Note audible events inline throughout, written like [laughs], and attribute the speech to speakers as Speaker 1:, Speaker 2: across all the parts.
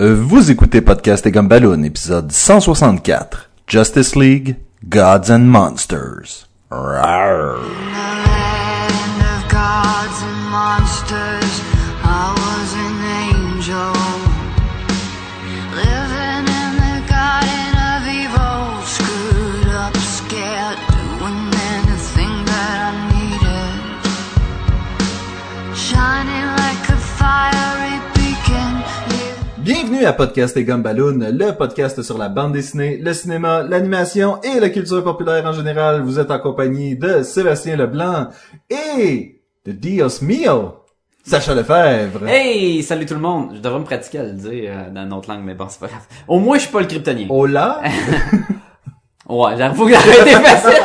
Speaker 1: Euh, Vous écoutez Podcast et Gumballoon, épisode 164, Justice League, Gods and Monsters. Rawr.
Speaker 2: the land of gods and monsters, I was an angel. Living in the garden of evil, screwed up, scared, doing anything that I needed. Shining like a fiery beacon, you
Speaker 1: Bienvenue à Podcast et Gumballoon, le podcast sur la bande dessinée, le cinéma, l'animation et la culture populaire en général. Vous êtes en compagnie de Sébastien Leblanc et de Dios Mio, Sacha Lefebvre.
Speaker 3: Hey, salut tout le monde. Je devrais me pratiquer à le dire euh, dans notre langue, mais bon, c'est pas grave. Au moins, je suis pas le kryptonien.
Speaker 1: Hola!
Speaker 3: Ouais, j'avoue faut que j'aurais été facile. [laughs]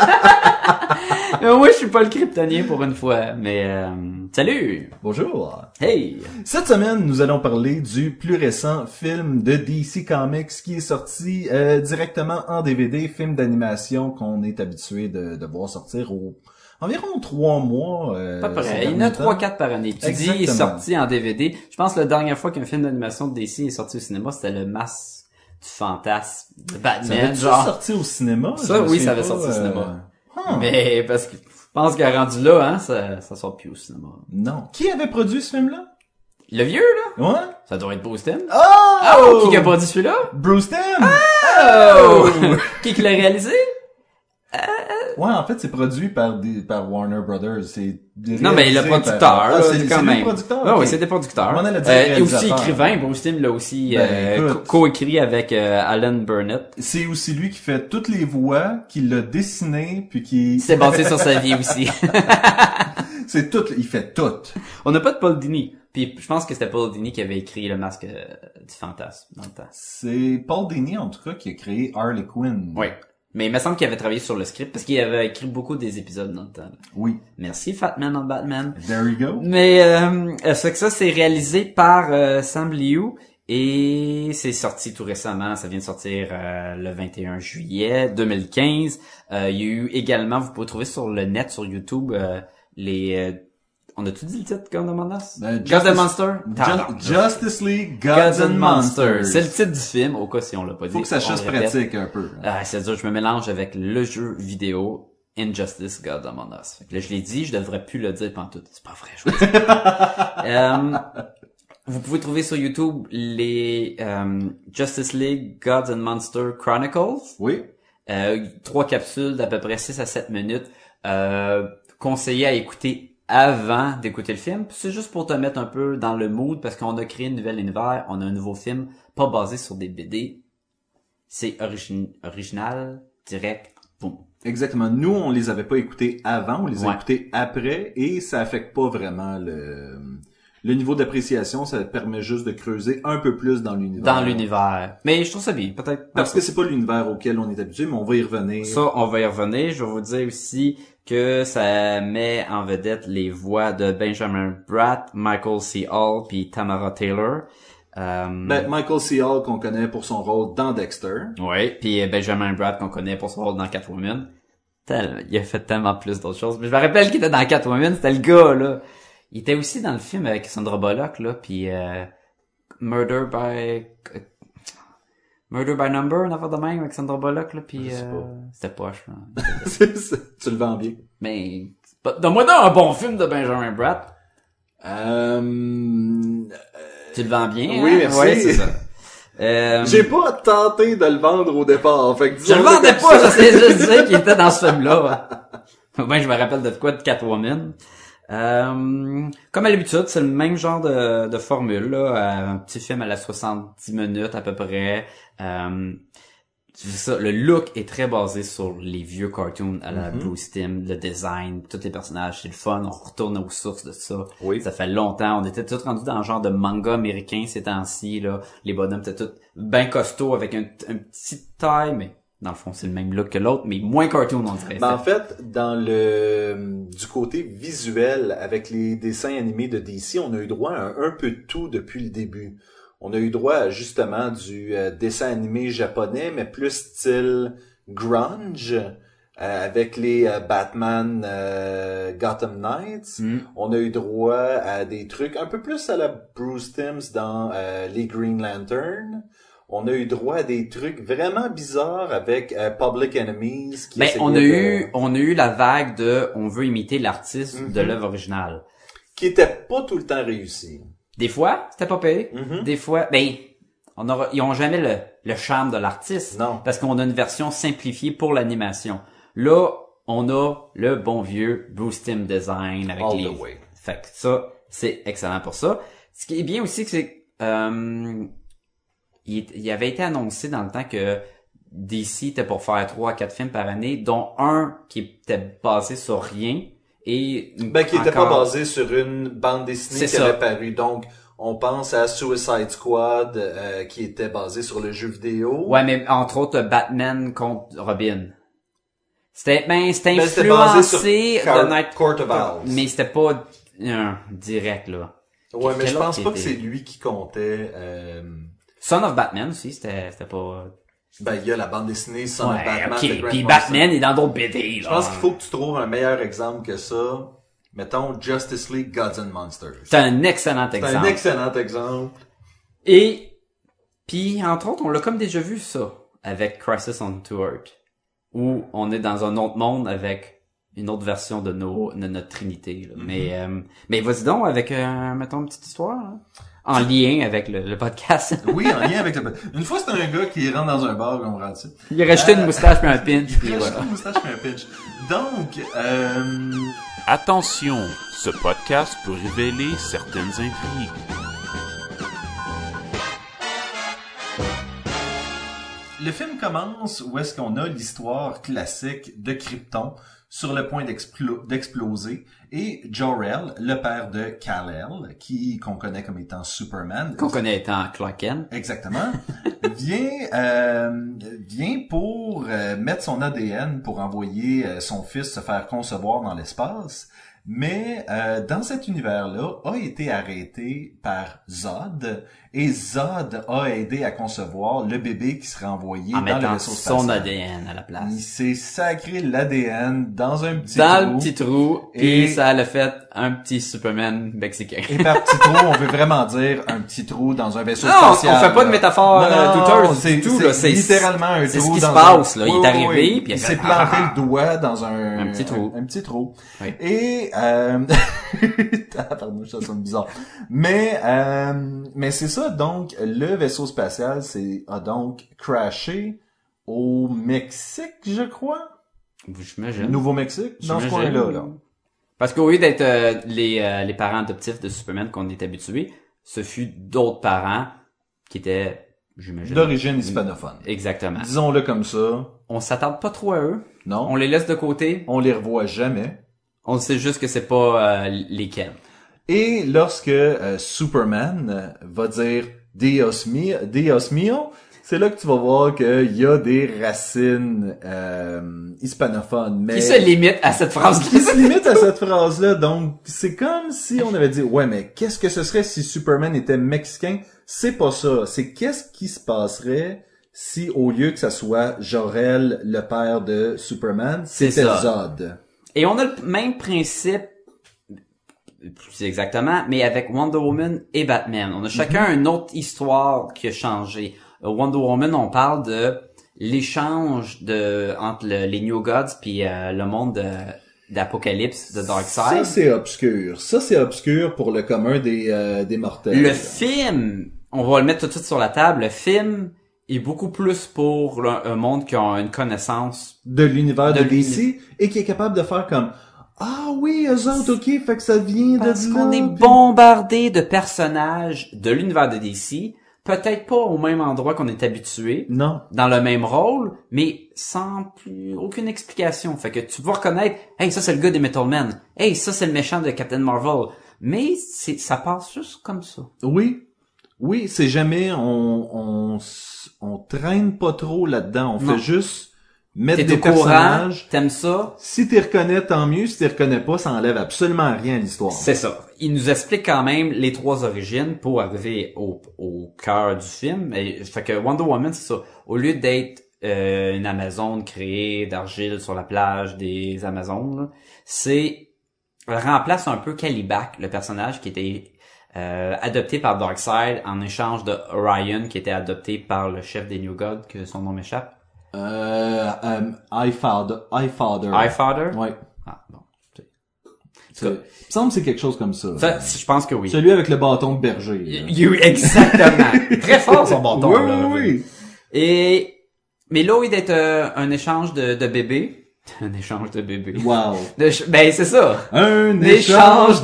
Speaker 3: Mais au moins, je suis pas le kryptonien pour une fois. Mais euh, salut.
Speaker 1: Bonjour!
Speaker 3: Hey.
Speaker 1: Cette semaine, nous allons parler du plus récent film de DC Comics qui est sorti euh, directement en DVD, film d'animation qu'on est habitué de, de voir sortir au environ trois mois. euh,
Speaker 3: Pas
Speaker 1: ces
Speaker 3: pareil.
Speaker 1: derniers
Speaker 3: Il y en a
Speaker 1: temps.
Speaker 3: 3-4 par année. Tu dis, il est
Speaker 1: Exactement.
Speaker 3: sorti en DVD. Je pense que la dernière fois qu'un film d'animation de DC est sorti au cinéma, c'était le masque du fantasme de
Speaker 1: Ça avait
Speaker 3: Batman,
Speaker 1: déjà
Speaker 3: genre.
Speaker 1: sorti au cinéma.
Speaker 3: Ça,
Speaker 1: Je me
Speaker 3: oui,
Speaker 1: souviens
Speaker 3: ça avait
Speaker 1: pas,
Speaker 3: sorti au
Speaker 1: euh,
Speaker 3: cinéma.
Speaker 1: hum,
Speaker 3: Mais parce que je pense qu'à rendu là, hein, ça, ça sort plus au cinéma.
Speaker 1: Non. Qui avait produit ce film-là?
Speaker 3: Le vieux, là,
Speaker 1: Ouais.
Speaker 3: ça devrait être Boston.
Speaker 1: Oh!
Speaker 3: Oh! Qui a produit celui-là?
Speaker 1: Bruce Timm!
Speaker 3: Oh! qui qui l'a réalisé?
Speaker 1: Ouais, en fait, c'est produit par des, par Warner Brothers. C'est
Speaker 3: Non, mais le
Speaker 1: réalisé
Speaker 3: producteur,
Speaker 1: par- Ah,
Speaker 3: là,
Speaker 1: c'est-
Speaker 3: c'est quand
Speaker 1: c'est lui
Speaker 3: même.
Speaker 1: le producteur.
Speaker 3: Ah
Speaker 1: ok.
Speaker 3: oui, c'est des producteurs.
Speaker 1: On en a dit
Speaker 3: Euh, et aussi
Speaker 1: réalisateur.
Speaker 3: écrivain, Bruce Timm l'a aussi
Speaker 1: Ben,
Speaker 3: euh,
Speaker 1: écoute.
Speaker 3: co- co-écrit avec euh, Alan Burnett.
Speaker 1: c'est aussi lui qui fait toutes les voix, qui l'a dessiné, puis qui...
Speaker 3: Il s'est basé sur sa vie
Speaker 1: [laughs]
Speaker 3: aussi.
Speaker 1: C'est tout, il fait tout.
Speaker 3: On n'a pas de Paul Dini. Puis je pense que c'était Paul Dini qui avait écrit le masque euh, du fantasme dans le temps.
Speaker 1: C'est Paul Dini, en tout cas, qui a créé Harley Quinn.
Speaker 3: Oui. Mais il me semble qu'il avait travaillé sur le script parce qu'il avait écrit beaucoup des épisodes dans le temps.
Speaker 1: Oui.
Speaker 3: Merci Fatman on Batman.
Speaker 1: There you go.
Speaker 3: Mais euh, euh, ça fait que ça c'est réalisé par euh, Sam Liu et c'est sorti tout récemment, ça vient de sortir euh, le 21 juillet 2015. Euh, il y a eu également, vous pouvez trouver sur le net, sur YouTube, euh, les... euh, on a-tu dit le titre, God of Monsters?
Speaker 1: Ben,
Speaker 3: God
Speaker 1: Justice-
Speaker 3: of Monster? Tabarnak.
Speaker 1: Ju- Justice League Gods
Speaker 3: Gods
Speaker 1: and Monsters.
Speaker 3: C'est le titre du film, au cas si on l'a pas dit.
Speaker 1: Faut que ça
Speaker 3: on
Speaker 1: chasse
Speaker 3: le répète.
Speaker 1: pratique un peu.
Speaker 3: Ah, c'est dur, je me mélange avec le jeu vidéo Injustice God Among Us. Fait que là, je l'ai dit, je devrais plus le dire pendant tout. C'est pas vrai, je vous le dis. Euh, Vous pouvez trouver sur YouTube les euh, Justice League Gods and Monster Chronicles.
Speaker 1: Oui.
Speaker 3: Euh, trois capsules d'à peu près 6 à 7 minutes. Euh, conseillé à écouter avant d'écouter le film. Puis C'est juste pour te mettre un peu dans le mood parce qu'on a créé un nouvel univers, on a un nouveau film, pas basé sur des BD. C'est origin- original, direct, boum.
Speaker 1: Exactement. Nous, on les avait pas écoutés avant, on les a
Speaker 3: Ouais.
Speaker 1: écoutés après, et ça affecte pas vraiment le, le niveau d'appréciation, ça permet juste de creuser un peu plus dans l'univers.
Speaker 3: Dans l'univers. Mais je trouve ça bien, peut-être.
Speaker 1: Parce que c'est pas l'univers auquel on est habitué, mais on va y revenir.
Speaker 3: Ça, on va y revenir. Je vais vous dire aussi que ça met en vedette les voix de Benjamin Bratt, Michael C. Hall, puis Tamara Taylor. Euh,
Speaker 1: Ben, Michael C. Hall, qu'on connaît pour son rôle dans Dexter.
Speaker 3: Oui, puis euh, Benjamin Bratt qu'on connaît pour son rôle dans Catwoman. Tellement- il a fait tellement plus d'autres choses. Mais je me rappelle qu'il était dans Catwoman, c'était le gars là. Il était aussi dans le film avec Sandra Bullock là, puis euh, Murder by euh, Murder by Number, un affaire de même avec Sandra Bullock là, puis
Speaker 1: Je sais
Speaker 3: euh,
Speaker 1: pas.
Speaker 3: c'était poche. là.
Speaker 1: [laughs] C'est ça. tu le vends bien.
Speaker 3: Mais c'est pas- donne-moi donc un bon film de Benjamin Bratt.
Speaker 1: Euh,
Speaker 3: Tu le vends bien.
Speaker 1: Oui,
Speaker 3: hein?
Speaker 1: merci.
Speaker 3: Ouais, c'est ça. Euh,
Speaker 1: J'ai pas tenté de le vendre au départ. Fait que
Speaker 3: Je le vendais pas, j'essayais juste de dire qu'il était dans ce film-là. Au moins, je me rappelle de quoi de Catwoman. Euh, comme à l'habitude, c'est le même genre de, de formule. Là. Euh, Un petit film à la 70 minutes à peu près. Euh, c'est ça, le look est très basé sur les vieux cartoons à la
Speaker 1: Mhm.
Speaker 3: Bruce Timm, le design, tous les personnages, c'est le fun, on retourne aux sources de ça.
Speaker 1: Oui.
Speaker 3: Ça fait longtemps, on était tous rendus dans le genre de manga américain ces temps-ci, là. Les bonhommes étaient tous ben costauds avec un, un petit taille, mais dans le fond, c'est le même look que l'autre, mais moins cartoon, on dirait.
Speaker 1: Ben, en fait, dans le euh, du côté visuel, avec les dessins animés de DC, on a eu droit à un, un peu de tout depuis le début. On a eu droit à, justement du euh, dessin animé japonais, mais plus style grunge. euh, avec les euh, Batman euh, Gotham Knights.
Speaker 3: Mm.
Speaker 1: On a eu droit à des trucs un peu plus à la Bruce Timms dans euh, les Green Lantern. On a eu droit à des trucs vraiment bizarres avec euh, Public Enemies. Qui
Speaker 3: Ben,
Speaker 1: essayait
Speaker 3: on
Speaker 1: de-
Speaker 3: a eu, on a eu la vague de, on veut imiter l'artiste de
Speaker 1: Mhm.
Speaker 3: l'œuvre originale.
Speaker 1: Qui était pas tout le temps réussi.
Speaker 3: Des fois, c'était pas payé.
Speaker 1: Mhm.
Speaker 3: Des fois, ben, on aura, ils ont jamais le, le charme de l'artiste.
Speaker 1: Non.
Speaker 3: Parce qu'on a une version simplifiée pour l'animation. Là, on a le bon vieux Bruce Tim Design avec
Speaker 1: All
Speaker 3: les...
Speaker 1: the way.
Speaker 3: Fait que ça, c'est excellent pour ça. Ce qui est bien aussi, que c'est... Euh, il, est- il avait été annoncé dans le temps que DC était pour faire trois à quatre films par année, dont un qui était basé sur rien et...
Speaker 1: Ben, qui était pas
Speaker 3: encore-
Speaker 1: basé sur une bande dessinée
Speaker 3: C'est
Speaker 1: qui
Speaker 3: ça.
Speaker 1: avait paru. Donc, on pense à Suicide Squad, euh, qui était basé sur le jeu vidéo.
Speaker 3: Ouais, mais entre autres Batman contre Robin. C'était ben, c'était
Speaker 1: Ben, c'était
Speaker 3: influencé
Speaker 1: Car-
Speaker 3: de Night
Speaker 1: Court of Owls.
Speaker 3: mais c'était pas un direct là.
Speaker 1: ouais, mais
Speaker 3: quel
Speaker 1: je pense
Speaker 3: autre
Speaker 1: pas que
Speaker 3: qui
Speaker 1: c'est
Speaker 3: était-
Speaker 1: lui qui comptait. Euh...
Speaker 3: Son of Batman aussi, c'était c'était pas
Speaker 1: Ben, il y a la bande dessinée sans
Speaker 3: Ouais,
Speaker 1: Batman.
Speaker 3: OK,
Speaker 1: de Grant
Speaker 3: puis
Speaker 1: Morrison.
Speaker 3: Batman est dans Ah. d'autres BD
Speaker 1: Je
Speaker 3: là.
Speaker 1: pense qu'il faut que tu trouves un meilleur exemple que ça. Mettons Justice League Gods and Monsters.
Speaker 3: C'est un excellent
Speaker 1: C'est un
Speaker 3: exemple.
Speaker 1: excellent
Speaker 3: [laughs]
Speaker 1: exemple.
Speaker 3: Et puis entre autres, on l'a comme déjà vu ça avec Crisis on Two Earth où on est dans un autre monde avec une autre version de nos de notre trinité
Speaker 1: Mm-hmm.
Speaker 3: là. mais euh, mais vas-y donc avec euh, mettons une petite histoire là, en lien avec le, le podcast. [laughs]
Speaker 1: Oui, en lien avec le... Une fois, c'est un gars qui rentre dans un bar, on rentre ici.
Speaker 3: Il a rajouté une moustache puis un pinch puis
Speaker 1: Il reste
Speaker 3: voilà.
Speaker 1: une moustache et un pitch. Donc, euh...
Speaker 4: Attention, ce podcast peut révéler certaines intrigues.
Speaker 1: Le film commence où est-ce qu'on a l'histoire classique de Krypton sur le point d'explo- d'exploser et Jor-El, le père de Kal-El, qui qu'on connaît comme étant Superman,
Speaker 3: qu'on connaît étant Clark Kent.
Speaker 1: exactement, [laughs] vient euh, vient pour euh, mettre son ADN pour envoyer euh, son fils se faire concevoir dans l'espace, mais euh, dans cet univers-là a été arrêté par Zod et Zod a aidé à concevoir le bébé qui sera envoyé
Speaker 3: en
Speaker 1: dans le
Speaker 3: mettant
Speaker 1: vaisseau
Speaker 3: son
Speaker 1: spatial.
Speaker 3: ADN à la
Speaker 1: Il
Speaker 3: place.
Speaker 1: s'est sacré l'ADN dans un petit
Speaker 3: Dans
Speaker 1: trou.
Speaker 3: le petit trou,
Speaker 1: Et-
Speaker 3: et ça l'a fait un petit Superman mexicain. [laughs]
Speaker 1: Et par Eh ben, petit trou, on veut vraiment dire un petit trou dans un vaisseau
Speaker 3: Non,
Speaker 1: spatial.
Speaker 3: on fait pas de métaphore,
Speaker 1: Non,
Speaker 3: euh,
Speaker 1: non,
Speaker 3: douteuse
Speaker 1: c'est-
Speaker 3: du tout,
Speaker 1: c'est
Speaker 3: là, c'est-
Speaker 1: littéralement un trou
Speaker 3: c'est ce
Speaker 1: dans
Speaker 3: qui se
Speaker 1: un-
Speaker 3: passe, là. Il est
Speaker 1: Oui, oui,
Speaker 3: arrivé,
Speaker 1: oui.
Speaker 3: puis il a
Speaker 1: il
Speaker 3: fait-
Speaker 1: s'est planté le doigt dans un...
Speaker 3: Un petit trou.
Speaker 1: Un, petit trou.
Speaker 3: Oui.
Speaker 1: Et... Euh... [laughs] Ah, Pardon, ça sonne bizarre. Mais, euh... mais c'est ça, donc, le vaisseau spatial c'est a donc crashé au Mexique, je crois.
Speaker 3: J'imagine.
Speaker 1: Nouveau-Mexique, dans ce
Speaker 3: J'imagine.
Speaker 1: coin-là. Là.
Speaker 3: Parce qu'au lieu d'être euh, les, euh, les parents adoptifs de Superman qu'on est habitué, ce fut d'autres parents qui étaient, j'imagine.
Speaker 1: D'origine hispanophone.
Speaker 3: Exactement.
Speaker 1: Disons-le comme ça.
Speaker 3: On s'attarde pas trop à eux.
Speaker 1: Non.
Speaker 3: On les laisse de côté.
Speaker 1: on les revoit jamais.
Speaker 3: On sait juste que c'est pas euh, lesquels.
Speaker 1: Et lorsque euh, Superman euh, va dire Dios mio, Dios mio, c'est là que tu vas voir qu'il y a des racines euh, hispanophones. Mais
Speaker 3: Qui se limitent à cette phrase
Speaker 1: [laughs] qui se limite à cette phrase-là. Donc, c'est comme si on avait dit, ouais, mais qu'est-ce que ce serait si Superman était mexicain? C'est pas ça. C'est qu'est-ce qui se passerait si, au lieu que ça soit Jorel, le père de Superman,
Speaker 3: C'est
Speaker 1: c'était
Speaker 3: ça.
Speaker 1: Zod.
Speaker 3: Et on a le même principe, plus exactement, mais avec Wonder Woman et Batman.
Speaker 1: Mhm.
Speaker 3: On a chacun une autre histoire qui a changé. Euh, Wonder Woman, on parle de l'échange de entre le- les New Gods puis euh, le monde de- d'Apocalypse, de
Speaker 1: Ça,
Speaker 3: Darkseid.
Speaker 1: c'est obscur. Ça, c'est obscur pour le commun des, euh, des mortels.
Speaker 3: le film, on va le mettre tout de suite sur la table, le film est beaucoup plus pour le- un monde qui a une connaissance.
Speaker 1: de l'univers de,
Speaker 3: de
Speaker 1: DC et qui est capable de faire comme Ah oui, eux autres, ok, fait que ça vient
Speaker 3: Parce
Speaker 1: de là.
Speaker 3: qu'on est
Speaker 1: puis-
Speaker 3: bombardé de personnages de l'univers de DC, peut-être pas au même endroit qu'on est habitué,
Speaker 1: Non.
Speaker 3: dans le même rôle, mais sans plus aucune explication. Fait que tu vas reconnaître, hey, ça c'est le gars des Metal Men, hey, ça c'est le méchant de Captain Marvel, mais c'est ça passe juste comme ça.
Speaker 1: Oui. Oui, c'est jamais on, on, s- on traîne pas trop là-dedans. On
Speaker 3: Non.
Speaker 1: fait juste mettre
Speaker 3: T'es
Speaker 1: des
Speaker 3: au courant,
Speaker 1: personnages.
Speaker 3: t'aimes ça,
Speaker 1: Si t'y reconnais, tant mieux. Si t'y reconnais pas, ça enlève absolument rien à l'histoire.
Speaker 3: C'est ça. Il nous explique quand même les trois origines pour arriver au, au cœur du film. Et, fait que Wonder Woman, c'est ça. Au lieu d'être euh, une Amazone créée d'argile sur la plage des Amazones. là. C'est elle remplace un peu Calibac, le personnage qui était euh, adopté par Darkseid en échange de Orion qui était adopté par le chef des New Gods que son nom m'échappe.
Speaker 1: Euh, euh, I Father. I Father.
Speaker 3: Highfather?
Speaker 1: Ouais.
Speaker 3: Ah, bon.
Speaker 1: C'est- Il me semble que c'est quelque chose comme ça.
Speaker 3: Ça, c- je pense que oui.
Speaker 1: Celui avec le bâton de berger. là.
Speaker 3: You,
Speaker 1: [laughs]
Speaker 3: exactement. Très fort son bâton.
Speaker 1: Oui,
Speaker 3: là.
Speaker 1: oui, oui.
Speaker 3: Et mais là, oui, d'être euh, un échange de, de bébés, [laughs] un échange de bébés.
Speaker 1: Wow.
Speaker 3: De ch- ben c'est ça.
Speaker 1: Un
Speaker 3: Échange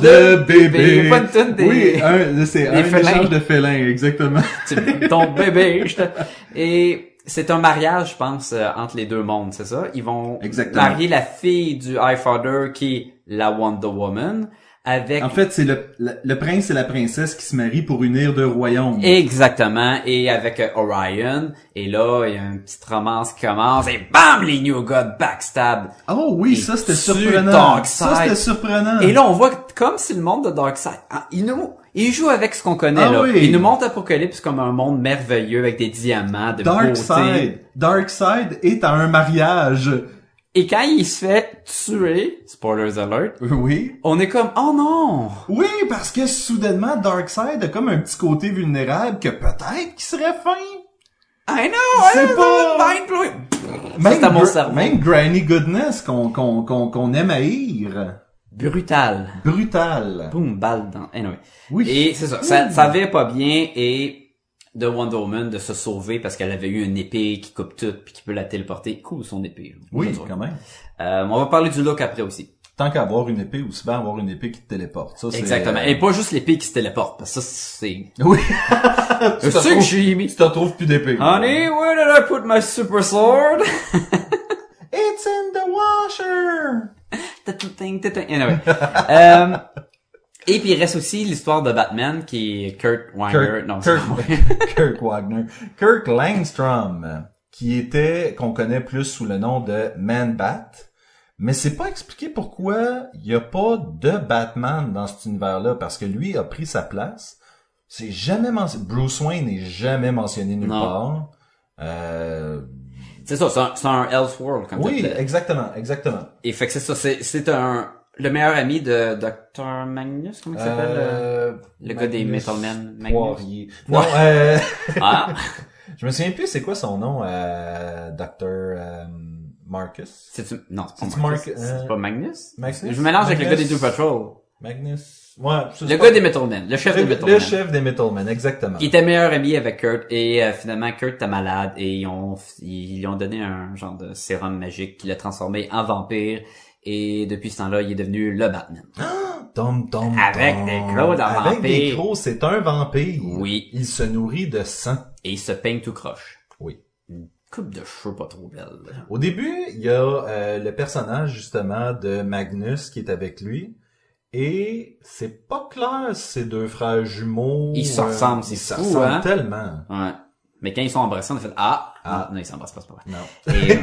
Speaker 1: échange
Speaker 3: de
Speaker 1: de bébés.
Speaker 3: bébés. Pas une toune des-
Speaker 1: Oui, un, c'est un
Speaker 3: félins.
Speaker 1: échange de félins,
Speaker 3: [laughs]
Speaker 1: exactement.
Speaker 3: Tu- Ton bébé. je te- [laughs] Et c'est un mariage, je pense, euh, entre les deux mondes, c'est ça. Ils vont
Speaker 1: Exactement.
Speaker 3: marier la fille du High Father qui est la Wonder Woman avec
Speaker 1: En fait, c'est le, le, le prince et la princesse qui se marient pour unir deux royaumes.
Speaker 3: Exactement, et avec euh, Orion, et là, il y a une petite romance qui commence, et bam, les New God backstab.
Speaker 1: Oh oui,
Speaker 3: Et
Speaker 1: ça c'était
Speaker 3: tu,
Speaker 1: surprenant.
Speaker 3: Darkseid.
Speaker 1: Ça c'était surprenant.
Speaker 3: Et là, on voit que comme si le monde de Darkseid, ah, il nous, il joue avec ce qu'on connaît,
Speaker 1: Ah
Speaker 3: là.
Speaker 1: oui.
Speaker 3: Il nous montre Apocalypse comme un monde merveilleux avec des diamants, de beauté.
Speaker 1: Darkseid. Darkseid est à un mariage.
Speaker 3: Et quand il se fait tuer, spoilers alert,
Speaker 1: Oui.
Speaker 3: on est comme, oh non!
Speaker 1: Oui, parce que soudainement, Darkseid a comme un petit côté vulnérable que peut-être qu'il serait fin.
Speaker 3: I know!
Speaker 1: C'est
Speaker 3: I
Speaker 1: pas-
Speaker 3: know, mind blowing.
Speaker 1: Même,
Speaker 3: c'est à mon
Speaker 1: Gr-
Speaker 3: cerveau.
Speaker 1: même Granny Goodness qu'on qu'on qu'on qu'on aime haïr.
Speaker 3: Brutal.
Speaker 1: Brutal.
Speaker 3: Boum, balle dans. Anyway.
Speaker 1: Oui.
Speaker 3: Et c'est ça, ça, ça avait pas bien et de Wonder Woman de se sauver parce qu'elle avait eu une épée qui coupe tout puis qui peut la téléporter. Cool son épée.
Speaker 1: Oui,
Speaker 3: Je trouve.
Speaker 1: quand même.
Speaker 3: Euh, on va parler du look après aussi.
Speaker 1: Tant qu'à avoir une épée, ou bien avoir une épée qui te téléporte. Ça, c'est- euh,
Speaker 3: Exactement. Et pas juste l'épée qui se téléporte parce que ça c'est. [laughs]
Speaker 1: Oui.
Speaker 3: C'est
Speaker 1: te
Speaker 3: ça que
Speaker 1: trouves-
Speaker 3: j'ai mis.
Speaker 1: Tu te retrouves plus d'épée.
Speaker 3: Honey, where did I put my super sword? [laughs]
Speaker 1: It's in the washer!
Speaker 3: Tatin, tatin. [laughs] Anyway. Euh, et puis il reste aussi l'histoire de Batman qui est Kurt Wagner.
Speaker 1: Kirk,
Speaker 3: non, c'est pas [laughs] vrai.
Speaker 1: Kirk, Kirk Wagner. Kirk Langstrom, qui était, qu'on connaît plus sous le nom de Man-Bat. Mais c'est pas expliqué pourquoi il n'y a pas de Batman dans cet univers-là, parce que lui a pris sa place. C'est jamais mentionné. Bruce Wayne n'est jamais mentionné nulle
Speaker 3: Non.
Speaker 1: part. Euh,
Speaker 3: C'est ça, c'est un, c'est un Elseworld comme
Speaker 1: oui,
Speaker 3: tu le-
Speaker 1: exactement, exactement.
Speaker 3: Et fait que c'est ça, c'est, c'est un, le meilleur ami de Dr. Magnus, comment il s'appelle? euh?
Speaker 1: Euh,
Speaker 3: le gars des
Speaker 1: Magnus
Speaker 3: Metal Man, Magnus.
Speaker 1: Poirier. Non, euh,
Speaker 3: [laughs] Ah,
Speaker 1: [laughs] je me souviens plus c'est quoi son nom, euh, Dr. euh, Marcus.
Speaker 3: c'est tu, non, c'est pas
Speaker 1: C'est-tu
Speaker 3: Marcus.
Speaker 1: Marcus,
Speaker 3: C'est
Speaker 1: euh,
Speaker 3: pas Magnus?
Speaker 1: Magnus?
Speaker 3: Je mélange avec le gars des
Speaker 1: Magnus.
Speaker 3: Doom Patrol.
Speaker 1: Magnus. Ouais, je
Speaker 3: Le
Speaker 1: sais
Speaker 3: gars
Speaker 1: pas.
Speaker 3: des Metal Men, le chef des
Speaker 1: Le-
Speaker 3: Metal
Speaker 1: Le
Speaker 3: Men.
Speaker 1: chef des Metal Men, exactement.
Speaker 3: Qui était meilleur ami avec Kurt et euh, finalement Kurt était malade et ils ont ils lui ont donné un genre de sérum magique qui l'a transformé en vampire et depuis ce temps-là il est devenu le Batman.
Speaker 1: Tom, tom,
Speaker 3: Avec
Speaker 1: tom.
Speaker 3: des crocs d'un
Speaker 1: Avec des
Speaker 3: vampire.
Speaker 1: crocs, c'est un vampire.
Speaker 3: Oui.
Speaker 1: Il se nourrit de sang.
Speaker 3: Et il se peigne tout croche.
Speaker 1: Oui.
Speaker 3: Une coupe de cheveux pas trop belle.
Speaker 1: Au début, il y a euh, le personnage justement de Magnus qui est avec lui. Et c'est pas clair si ces deux frères jumeaux. euh,
Speaker 3: Ils se ressemblent, c'est
Speaker 1: ils se
Speaker 3: fou,
Speaker 1: ressemblent
Speaker 3: hein?
Speaker 1: tellement.
Speaker 3: Ouais. Mais quand ils sont embrassés, on a fait Ah!
Speaker 1: Ah.
Speaker 3: Non, ils s'embrassent pas, c'est pas vrai.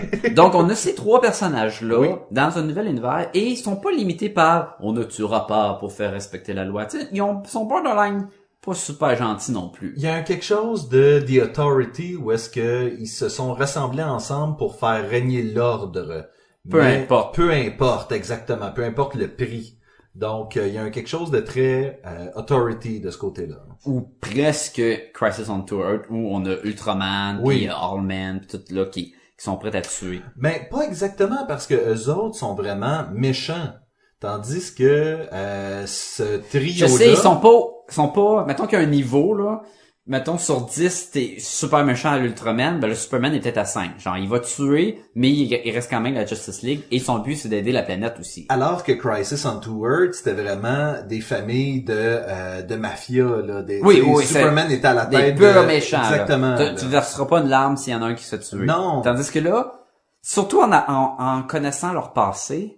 Speaker 1: Non.
Speaker 3: Et, euh, donc, on a ces trois personnages-là
Speaker 1: Oui.
Speaker 3: dans un nouvel univers et ils sont pas limités par on ne tuera pas pour faire respecter la loi. Tu sais, ils ont, sont borderline pas super gentils non plus.
Speaker 1: Il y a un quelque chose de The Authority où est-ce que ils se sont rassemblés ensemble pour faire régner l'ordre.
Speaker 3: Peu
Speaker 1: Mais
Speaker 3: importe.
Speaker 1: Peu importe, exactement. Peu importe le prix. Donc, euh, il y a un quelque chose de très euh, Authority de ce côté-là.
Speaker 3: Ou presque Crisis on Tour Earth où on a Ultraman,
Speaker 1: Oui.
Speaker 3: puis Allman, puis tout là qui, qui sont prêts à tuer.
Speaker 1: Mais pas exactement parce que eux autres sont vraiment méchants. Tandis que euh, ce
Speaker 3: Je
Speaker 1: trio-là...
Speaker 3: sais, ils sont pas, ils sont pas, mettons qu'il y a un niveau, là, mettons sur 10, t'es super méchant à l'Ultraman, ben le Superman est peut-être à 5. Genre, il va tuer, mais il, il reste quand même la Justice League, et son but, c'est d'aider la planète aussi.
Speaker 1: Alors que Crisis on Two Earths, c'était vraiment des familles de euh, de mafia là. Des,
Speaker 3: Oui,
Speaker 1: des-
Speaker 3: oui,
Speaker 1: Superman était à la
Speaker 3: Des
Speaker 1: tête
Speaker 3: purs
Speaker 1: Ben, de-
Speaker 3: méchants, là.
Speaker 1: Exactement.
Speaker 3: Tu-
Speaker 1: là.
Speaker 3: Tu verseras pas une larme s'il y en a un qui se fait tuer.
Speaker 1: Non.
Speaker 3: Tandis que là, surtout en, a- en, en connaissant leur passé,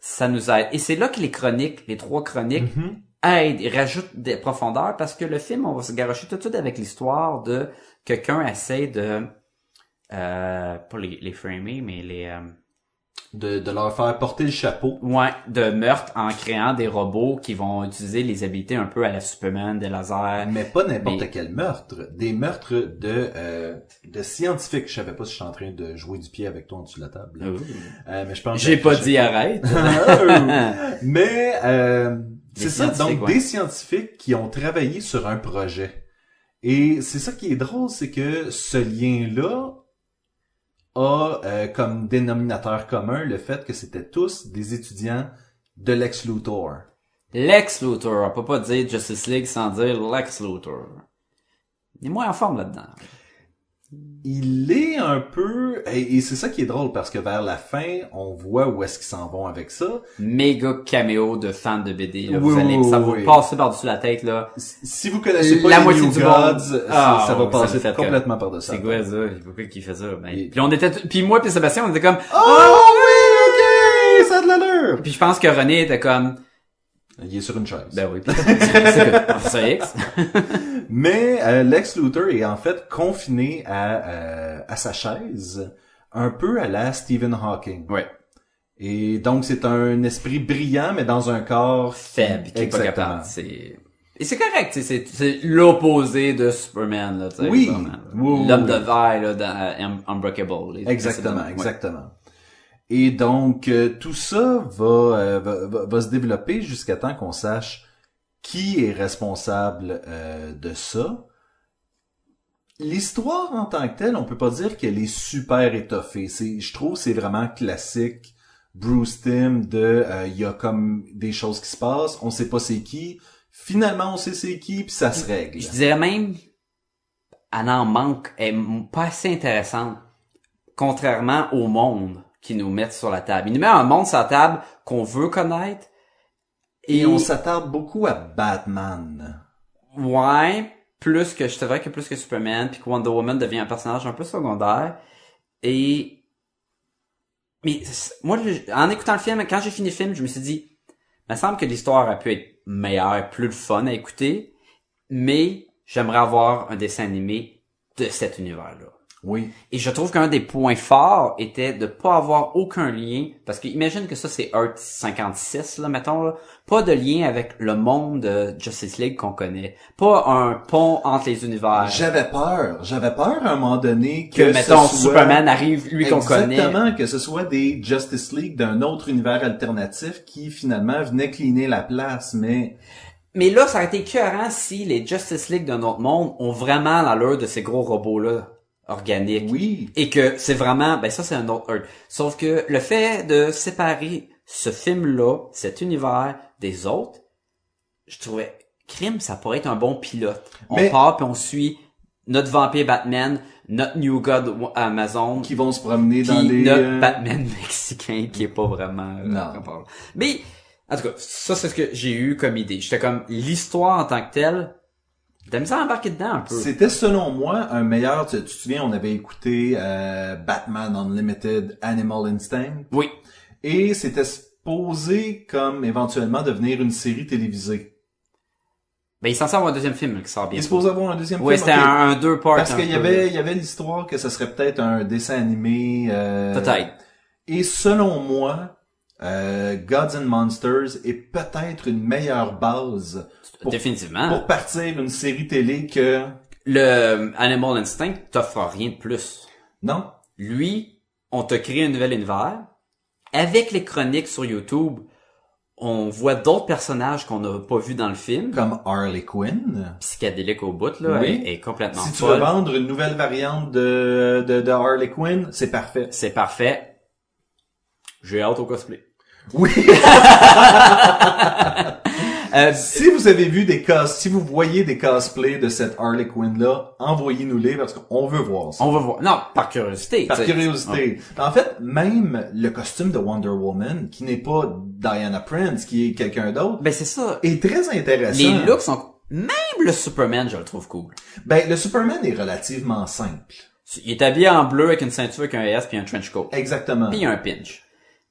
Speaker 3: ça nous aide. Et c'est là que les chroniques, les trois chroniques,
Speaker 1: Mhm.
Speaker 3: aide et rajoute des profondeurs parce que le film, on va se garocher tout de suite avec l'histoire de quelqu'un essaie de euh, pas les, les framer, mais les euh,
Speaker 1: de, de leur faire porter le chapeau.
Speaker 3: Ouais, de meurtre en créant des robots qui vont utiliser les habiletés un peu à la Superman, des lasers.
Speaker 1: Mais pas n'importe
Speaker 3: Mais-
Speaker 1: quel meurtre. Des meurtres de, euh, de scientifiques. Je savais pas si je suis en train de jouer du pied avec toi en dessous de la table.
Speaker 3: Ouh.
Speaker 1: Euh, mais je pense que-
Speaker 3: J'ai
Speaker 1: [laughs]
Speaker 3: pas dit arrête.
Speaker 1: mais euh, c'est
Speaker 3: Des
Speaker 1: ça, donc
Speaker 3: scientifiques,
Speaker 1: des
Speaker 3: ouais.
Speaker 1: scientifiques qui ont travaillé sur un projet. Et c'est ça qui est drôle, c'est que ce lien-là a euh, comme dénominateur commun le fait que c'était tous des étudiants de Lex Luthor.
Speaker 3: Lex Luthor, on peut pas dire Justice League sans dire Lex Luthor. Il est moins en forme là-dedans.
Speaker 1: Il est un peu... Et, et c'est ça qui est drôle, parce que vers la fin, on voit où est-ce qu'ils s'en vont avec ça.
Speaker 3: Méga caméo de fans de BD. là.
Speaker 1: Oui,
Speaker 3: vous allez,
Speaker 1: oui,
Speaker 3: ça va
Speaker 1: oui.
Speaker 3: vous passer par-dessus la tête, là.
Speaker 1: Si si vous connaissez pas
Speaker 3: La
Speaker 1: les
Speaker 3: moitié
Speaker 1: New
Speaker 3: du
Speaker 1: Gods,
Speaker 3: monde.
Speaker 1: c'est-
Speaker 3: Ah,
Speaker 1: ça va
Speaker 3: ouais, ça
Speaker 1: passer
Speaker 3: me fait que-
Speaker 1: complètement par-dessus.
Speaker 3: C'est quoi ça? J'ai pas cru qu'il fait ça. Ben,
Speaker 1: Il-
Speaker 3: Puis on était, t- puis moi puis Sébastien, on était comme, ah!
Speaker 1: Oh oui, ok, ça a de l'allure.
Speaker 3: puis je pense que René était comme,
Speaker 1: Il est sur une chaise.
Speaker 3: ben
Speaker 1: [laughs]
Speaker 3: oui, c'est que- Professeur X.
Speaker 1: Mais euh, Lex Luthor est en fait confiné à, euh, à sa chaise, un peu à la Stephen Hawking.
Speaker 3: Ouais.
Speaker 1: Et donc c'est un esprit brillant mais dans un corps
Speaker 3: Faible, qui est pas
Speaker 1: Exactement.
Speaker 3: capable. C'est, et c'est correct, tu sais, c'est, c'est l'opposé de Superman, là, tu sais.
Speaker 1: Oui.
Speaker 3: vraiment, là.
Speaker 1: Oui, oui,
Speaker 3: L'homme
Speaker 1: oui.
Speaker 3: de verre, là, dans euh, Un- Unbreakable. les-
Speaker 1: Exactement,
Speaker 3: Ouais.
Speaker 1: exactement. Et donc, euh, tout ça va, euh, va, va- va se développer jusqu'à temps qu'on sache qui est responsable euh, de ça. L'histoire en tant que telle, on peut pas dire qu'elle est super étoffée. C'est, je trouve, que c'est vraiment classique Bruce Tim de, euh, il y a comme des choses qui se passent, on sait pas c'est qui. Finalement, on sait c'est qui, puis ça se règle.
Speaker 3: Je dirais même, elle en manque, elle est m- pas assez intéressante, contrairement au monde qu'ils nous mettent sur la table. Ils nous mettent un monde sur la table qu'on veut connaître,
Speaker 1: Et on s'attarde beaucoup à Batman.
Speaker 3: Ouais, plus que, je te dirais que plus que Superman, puis que Wonder Woman devient un personnage un peu secondaire. Et, mais, c'est- moi, je- en écoutant le film, quand j'ai fini le film, je me suis dit, il me semble que l'histoire a pu être meilleure, plus le fun à écouter, mais j'aimerais avoir un dessin animé de cet univers-là.
Speaker 1: Oui.
Speaker 3: Et je trouve qu'un des points forts était de pas avoir aucun lien, parce que imagine que ça c'est Earth 56, là, mettons, là. pas de lien avec le monde de Justice League qu'on connaît. Pas un pont entre les univers.
Speaker 1: J'avais peur. J'avais peur à un moment donné que,
Speaker 3: que, mettons,
Speaker 1: ce soit-
Speaker 3: Superman arrive, lui qu'on connaît.
Speaker 1: Exactement, que ce soit des Justice League d'un autre univers alternatif qui finalement venait cleaner la place, mais
Speaker 3: Mais là, ça aurait été écœurant si les Justice League d'un autre monde ont vraiment l'allure de ces gros robots-là, organiques.
Speaker 1: oui,
Speaker 3: Et que c'est vraiment, ben ça c'est un autre Earth. Sauf que le fait de séparer ce film-là, cet univers des autres, je trouvais, crime, ça pourrait être un bon pilote. On
Speaker 1: Mais-
Speaker 3: part puis on suit notre vampire Batman, notre New God Wa- Amazon,
Speaker 1: qui vont se promener
Speaker 3: puis
Speaker 1: dans les...
Speaker 3: notre
Speaker 1: euh,
Speaker 3: Batman [laughs] mexicain qui est pas vraiment... euh,
Speaker 1: Non.
Speaker 3: rapport. Mais, en tout cas, ça c'est ce que j'ai eu comme idée. J'étais comme, l'histoire en tant que telle, de la misère à embarquer dedans un peu.
Speaker 1: C'était selon moi un meilleur... Tu tu te souviens, on avait écouté euh, Batman Unlimited Animal Instinct,
Speaker 3: Oui.
Speaker 1: et c'était supposé comme éventuellement devenir une série télévisée.
Speaker 3: Ben, il s'en sort un deuxième film qui sort
Speaker 1: Il est
Speaker 3: bien.
Speaker 1: supposé avoir un deuxième
Speaker 3: Ouais,
Speaker 1: film,
Speaker 3: c'était
Speaker 1: ok.
Speaker 3: un, un deux part.
Speaker 1: Parce
Speaker 3: un
Speaker 1: qu'il y
Speaker 3: peu.
Speaker 1: avait, il y avait l'histoire que ce serait peut-être un dessin animé... euh,
Speaker 3: Peut-être.
Speaker 1: Et selon moi, euh, Gods and Monsters est peut-être une meilleure base pour-
Speaker 3: Définitivement.
Speaker 1: pour partir une série télé que...
Speaker 3: Le Animal Instinct t'offre rien de plus.
Speaker 1: Non?
Speaker 3: Lui, on te crée un nouvel univers. Avec les chroniques sur YouTube, on voit d'autres personnages qu'on n'a pas vus dans le film.
Speaker 1: Comme Harley Quinn.
Speaker 3: Psychédélique au bout, là.
Speaker 1: Oui.
Speaker 3: Est, est complètement
Speaker 1: si tu veux
Speaker 3: folle.
Speaker 1: vendre une nouvelle variante de, de, de Harley Quinn, c'est
Speaker 3: [laughs]
Speaker 1: parfait.
Speaker 3: C'est parfait. J'ai hâte au cosplay.
Speaker 1: Oui!
Speaker 3: Euh,
Speaker 1: [laughs] si vous avez vu des cos, si vous voyez des cosplays de cette Harley Quinn-là, envoyez-nous-les parce qu'on veut voir ça.
Speaker 3: on va voir. Non, par curiosité.
Speaker 1: Par
Speaker 3: tu sais.
Speaker 1: curiosité. En fait, même le costume de Wonder Woman, qui n'est pas Diana Prince, qui est quelqu'un d'autre,
Speaker 3: Ben, c'est ça.
Speaker 1: est très intéressant.
Speaker 3: Les looks sont... Même le Superman, je le trouve cool.
Speaker 1: Ben, le Superman est relativement simple.
Speaker 3: Il est habillé en bleu avec une ceinture, avec un S puis un trench coat.
Speaker 1: Exactement.
Speaker 3: Puis il y a un pinch.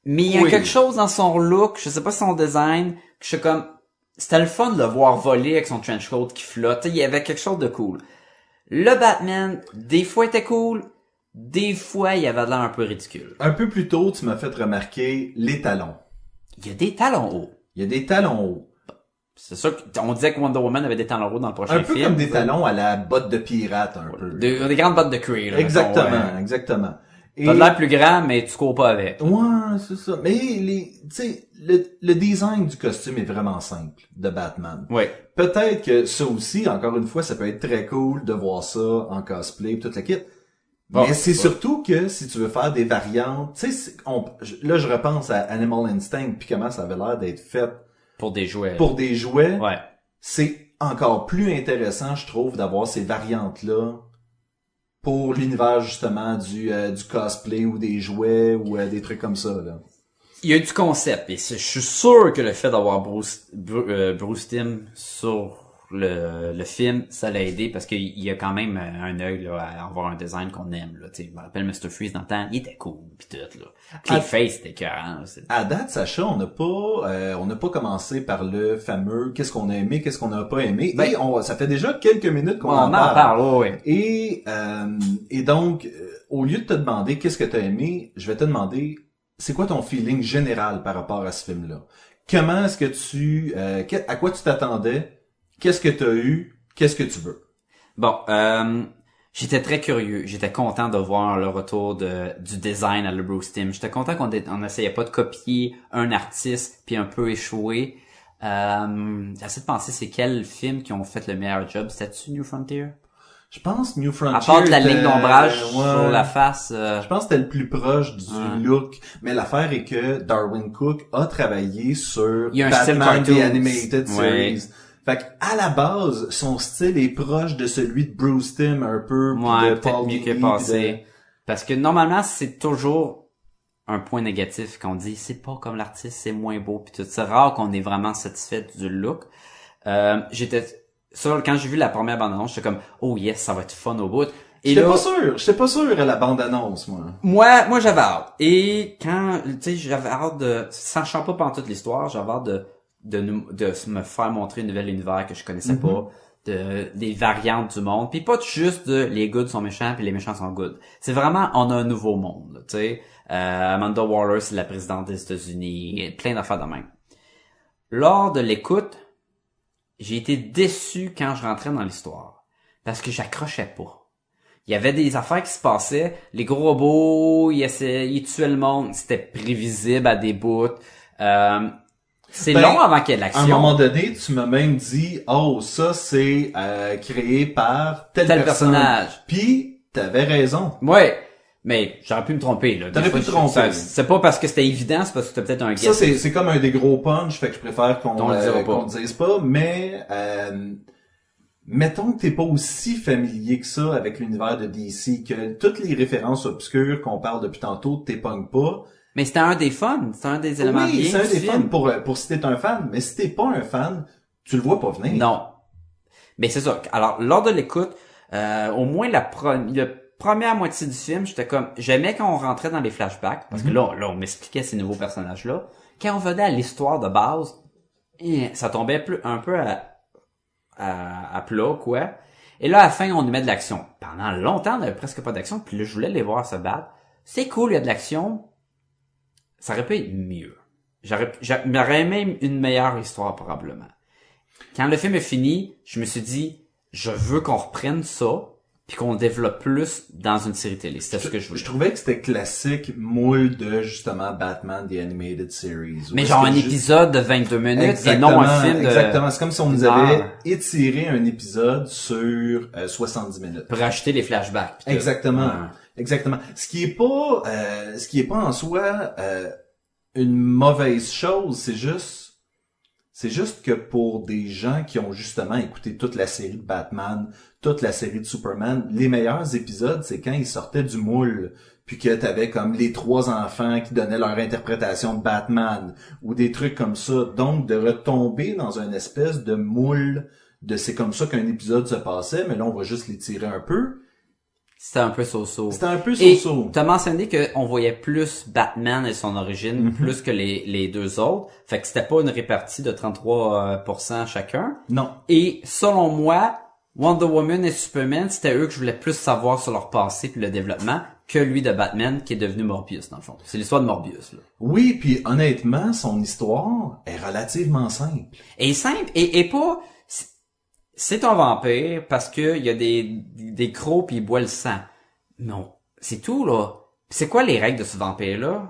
Speaker 3: Mais il y a
Speaker 1: Oui.
Speaker 3: quelque chose dans son look, je sais pas son design, que je suis comme, c'était le fun de le voir voler avec son trench coat qui flotte. Il y avait quelque chose de cool. Le Batman, des fois était cool, Des fois, il avait l'air un peu ridicule.
Speaker 1: Un peu plus tôt, tu m'as fait remarquer les talons.
Speaker 3: Il y a des talons hauts.
Speaker 1: Il y a des talons hauts.
Speaker 3: C'est sûr qu'on disait que Wonder Woman avait des talons hauts dans le prochain
Speaker 1: Un peu
Speaker 3: film.
Speaker 1: comme des talons à la botte de pirate, un peu.
Speaker 3: Des, des grandes bottes de cuir. là, mettons,
Speaker 1: Exactement,
Speaker 3: ouais.
Speaker 1: exactement. Et...
Speaker 3: T'as de l'air plus grand, mais tu cours pas avec.
Speaker 1: Ouais, c'est ça. Mais les, tu sais, le, le design du costume est vraiment simple de Batman.
Speaker 3: Oui.
Speaker 1: Peut-être que ça aussi, encore une fois, ça peut être très cool de voir ça en cosplay, toute la kit.
Speaker 3: Bon,
Speaker 1: Mais c'est
Speaker 3: Ah, ouais.
Speaker 1: surtout que si tu veux faire des variantes, tu sais, c'est- on- je- là je repense à Animal Instinct puis comment ça avait l'air d'être fait
Speaker 3: Pour des jouets.
Speaker 1: pour des jouets.
Speaker 3: Ouais.
Speaker 1: C'est encore plus intéressant, je trouve, d'avoir ces variantes là pour l'univers justement du euh, du cosplay ou des jouets ou euh, des trucs comme ça là.
Speaker 3: Il y a eu du concept, et c'est- je suis sûr que le fait d'avoir Bruce, Bru- euh, Bruce Tim sur le, le film, ça l'a aidé parce qu'il il y a quand même euh, un œil là, à avoir un design qu'on aime. Là. Tu sais, Je me rappelle Mr. Freeze dans le temps, il était cool pis tout. Là.
Speaker 1: Ah,
Speaker 3: Clayface c'était écœurant. là, c'est-
Speaker 1: À date, Sacha, on n'a pas, euh, on n'a pas commencé par le fameux qu'est-ce qu'on a aimé, qu'est-ce qu'on n'a pas aimé.
Speaker 3: Ben-
Speaker 1: et on, ça fait déjà quelques minutes qu'on
Speaker 3: on
Speaker 1: en, parle.
Speaker 3: ouais, ouais.
Speaker 1: Et euh, et donc, euh, au lieu de te demander qu'est-ce que t'as aimé, je vais te demander c'est quoi ton feeling général par rapport à ce film-là. Comment est-ce que tu, euh, que- à quoi tu t'attendais, qu'est-ce que t'as eu, qu'est-ce que tu veux.
Speaker 3: Bon, euh, j'étais très curieux. J'étais content de voir le retour de, du design à le Bruce Timm. J'étais content qu'on dé- on n'essayait pas de copier un artiste puis un peu échouer. Euh, j'essaie de penser c'est quels films qui ont fait le meilleur job. C'était-tu New Frontier?
Speaker 1: Je pense New Frontier.
Speaker 3: À part de la
Speaker 1: était-
Speaker 3: ligne d'ombrage
Speaker 1: ouais.
Speaker 3: sur la face. euh,
Speaker 1: Je pense que c'était le plus proche du
Speaker 3: Ouais.
Speaker 1: look. Mais l'affaire est que Darwin Cook a travaillé sur
Speaker 3: Il y a un style
Speaker 1: Batman
Speaker 3: cartoon.
Speaker 1: The Animated
Speaker 3: Ouais.
Speaker 1: Series. Fait qu'à la base, son style est proche de celui de Bruce Timm un peu, puis
Speaker 3: Ouais,
Speaker 1: de
Speaker 3: peut-être
Speaker 1: Paul
Speaker 3: mieux
Speaker 1: Dini,
Speaker 3: que
Speaker 1: puis
Speaker 3: passé. Parce que normalement, c'est toujours un point négatif qu'on dit c'est pas comme l'artiste, c'est moins beau puis tout. C'est rare qu'on est vraiment satisfait du look. Euh, j'étais ça quand j'ai vu la première bande annonce, j'étais comme oh yes, ça va être fun au bout.
Speaker 1: De...
Speaker 3: Et
Speaker 1: J'étais
Speaker 3: là,
Speaker 1: pas sûr, j'étais pas sûr à la bande-annonce, moi.
Speaker 3: moi, moi j'avais hâte. Et quand tu sais, j'avais hâte de sachant pas pendant toute l'histoire, j'avais hâte de de, nous- de me faire montrer un nouvel univers que je connaissais pas, de, des variantes du monde, puis pas juste de les goods sont méchants puis les méchants sont good. C'est vraiment on a un nouveau monde, là, tu sais. Euh, Amanda Waller c'est la présidente des États-Unis, et plein d'affaires de même. Lors de l'écoute, j'ai été déçu quand je rentrais dans l'histoire parce que j'accrochais pas. Il y avait des affaires qui se passaient, les gros robots, ils, essayaient, ils tuaient le monde, c'était prévisible à des bouts. Euh, c'est
Speaker 1: Ben,
Speaker 3: long avant qu'il y ait de
Speaker 1: À un
Speaker 3: l'action.
Speaker 1: moment donné, tu m'as même dit, oh, ça, c'est euh, créé par tel,
Speaker 3: tel
Speaker 1: personne.
Speaker 3: personnage.
Speaker 1: Puis, t'avais raison.
Speaker 3: Ouais. Mais j'aurais pu me tromper, là. Des
Speaker 1: T'aurais
Speaker 3: fois,
Speaker 1: pu te
Speaker 3: je-
Speaker 1: tromper.
Speaker 3: ça- C'est pas parce que c'était évident, c'est parce que c'était peut-être un
Speaker 1: Ça,
Speaker 3: guess.
Speaker 1: c'est, c'est comme un des gros punch, fait que je préfère qu'on
Speaker 3: On le
Speaker 1: euh,
Speaker 3: dira pas.
Speaker 1: qu'on le dise pas, mais euh, mettons que t'es pas aussi familier que ça avec l'univers de DC, que toutes les références obscures qu'on parle depuis tantôt, t'es pognes pas.
Speaker 3: Mais c'était un des fun. C'était un des éléments
Speaker 1: oui,
Speaker 3: bien
Speaker 1: c'est un
Speaker 3: du
Speaker 1: des
Speaker 3: film.
Speaker 1: fans pour, euh, pour si t'es un fan, mais si t'es pas un fan, tu le vois pas venir.
Speaker 3: Non. Mais c'est ça. Alors, lors de l'écoute, euh, au moins la, pro- la première moitié du film, j'étais comme, j'aimais quand on rentrait dans les flashbacks, parce que là, on- là, on m'expliquait ces nouveaux personnages-là. Quand on venait à l'histoire de base, eh, ça tombait plus- un peu à, à, à plat, quoi. Et là, à la fin, on y met de l'action. Pendant longtemps, on avait presque pas d'action, puis là, je voulais les voir se battre. C'est cool, il y a de l'action. Ça aurait pu être mieux. J'aurais pu- j'a- j'aurais aimé une meilleure histoire, probablement quand le film est fini, je me suis dit, je veux qu'on reprenne ça, puis qu'on le développe plus dans une série télé. C'était ce que je voulais.
Speaker 1: Je trouvais que c'était classique moule de justement Batman The Animated Series.
Speaker 3: Mais
Speaker 1: Où est-ce
Speaker 3: genre un
Speaker 1: que juste-
Speaker 3: épisode de 22 minutes et non un film de...
Speaker 1: Exactement, c'est comme si on nous
Speaker 3: Ah.
Speaker 1: avait étiré un épisode sur euh, 70 minutes.
Speaker 3: pour acheter les flashbacks. puis tout.
Speaker 1: Exactement.
Speaker 3: Ouais.
Speaker 1: Exactement. Ce qui est pas, euh, ce qui est pas en soi euh, une mauvaise chose, c'est juste, c'est juste que pour des gens qui ont justement écouté toute la série de Batman, toute la série de Superman, les meilleurs épisodes, c'est quand ils sortaient du moule, puis que t'avais comme les trois enfants qui donnaient leur interprétation de Batman ou des trucs comme ça. Donc de retomber dans une espèce de moule de c'est comme ça qu'un épisode se passait, mais là on va juste l'étirer un peu.
Speaker 3: C'était un peu so-so.
Speaker 1: C'était un peu
Speaker 3: Et
Speaker 1: so-so.
Speaker 3: t'as mentionné qu'on voyait plus Batman et son origine, plus que les, les deux autres. Fait que c'était pas une répartie de 33% euh, pour cent chacun.
Speaker 1: Non.
Speaker 3: Et selon moi, Wonder Woman et Superman, c'était eux que je voulais plus savoir sur leur passé puis le développement que lui de Batman qui est devenu Morbius dans le fond. C'est l'histoire de Morbius. Là.
Speaker 1: Oui, puis honnêtement, son histoire est relativement simple.
Speaker 3: Et simple et, et pas c'est- c'est un vampire parce que il y a des des crocs puis il boit le sang. Non, c'est tout là. C'est quoi les règles de ce vampire là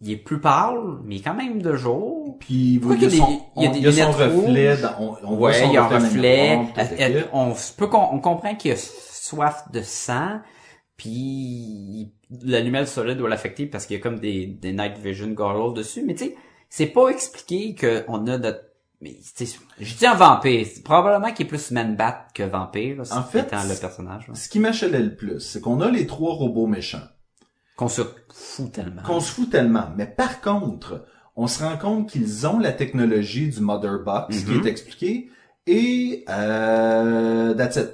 Speaker 3: Il est plus pâle, mais il est quand même de jour.
Speaker 1: Puis vous
Speaker 3: Pourquoi
Speaker 1: il y a
Speaker 3: qu'il y a
Speaker 1: son,
Speaker 3: des- il y a
Speaker 1: on-
Speaker 3: des
Speaker 1: il y a son
Speaker 3: lunettes rouges?
Speaker 1: reflet, dans- on, on voit
Speaker 3: Ouais,
Speaker 1: son
Speaker 3: il y a un
Speaker 1: dans
Speaker 3: reflet.
Speaker 1: le miroir, tout à fait.
Speaker 3: Elle- elle- on, se peut qu'on- on comprend qu'il a soif de sang, puis il- la lumière du soleil doit l'affecter parce qu'il y a comme des, des night vision goggles dessus. Mais tu sais, c'est pas expliqué qu'on a notre... Mais tu sais, je dis un vampire. C'est Probablement qu'il est plus man-bat que vampire, là,
Speaker 1: En fait,
Speaker 3: étant le
Speaker 1: c'est-
Speaker 3: personnage. là.
Speaker 1: Ce qui m'achelait le plus, c'est qu'on a les trois robots méchants.
Speaker 3: Qu'on se fout tellement.
Speaker 1: qu'on se fout tellement. Mais par contre, on se rend compte qu'ils ont la technologie du Mother Box qui
Speaker 3: Mhm.
Speaker 1: est expliquée et euh, that's it.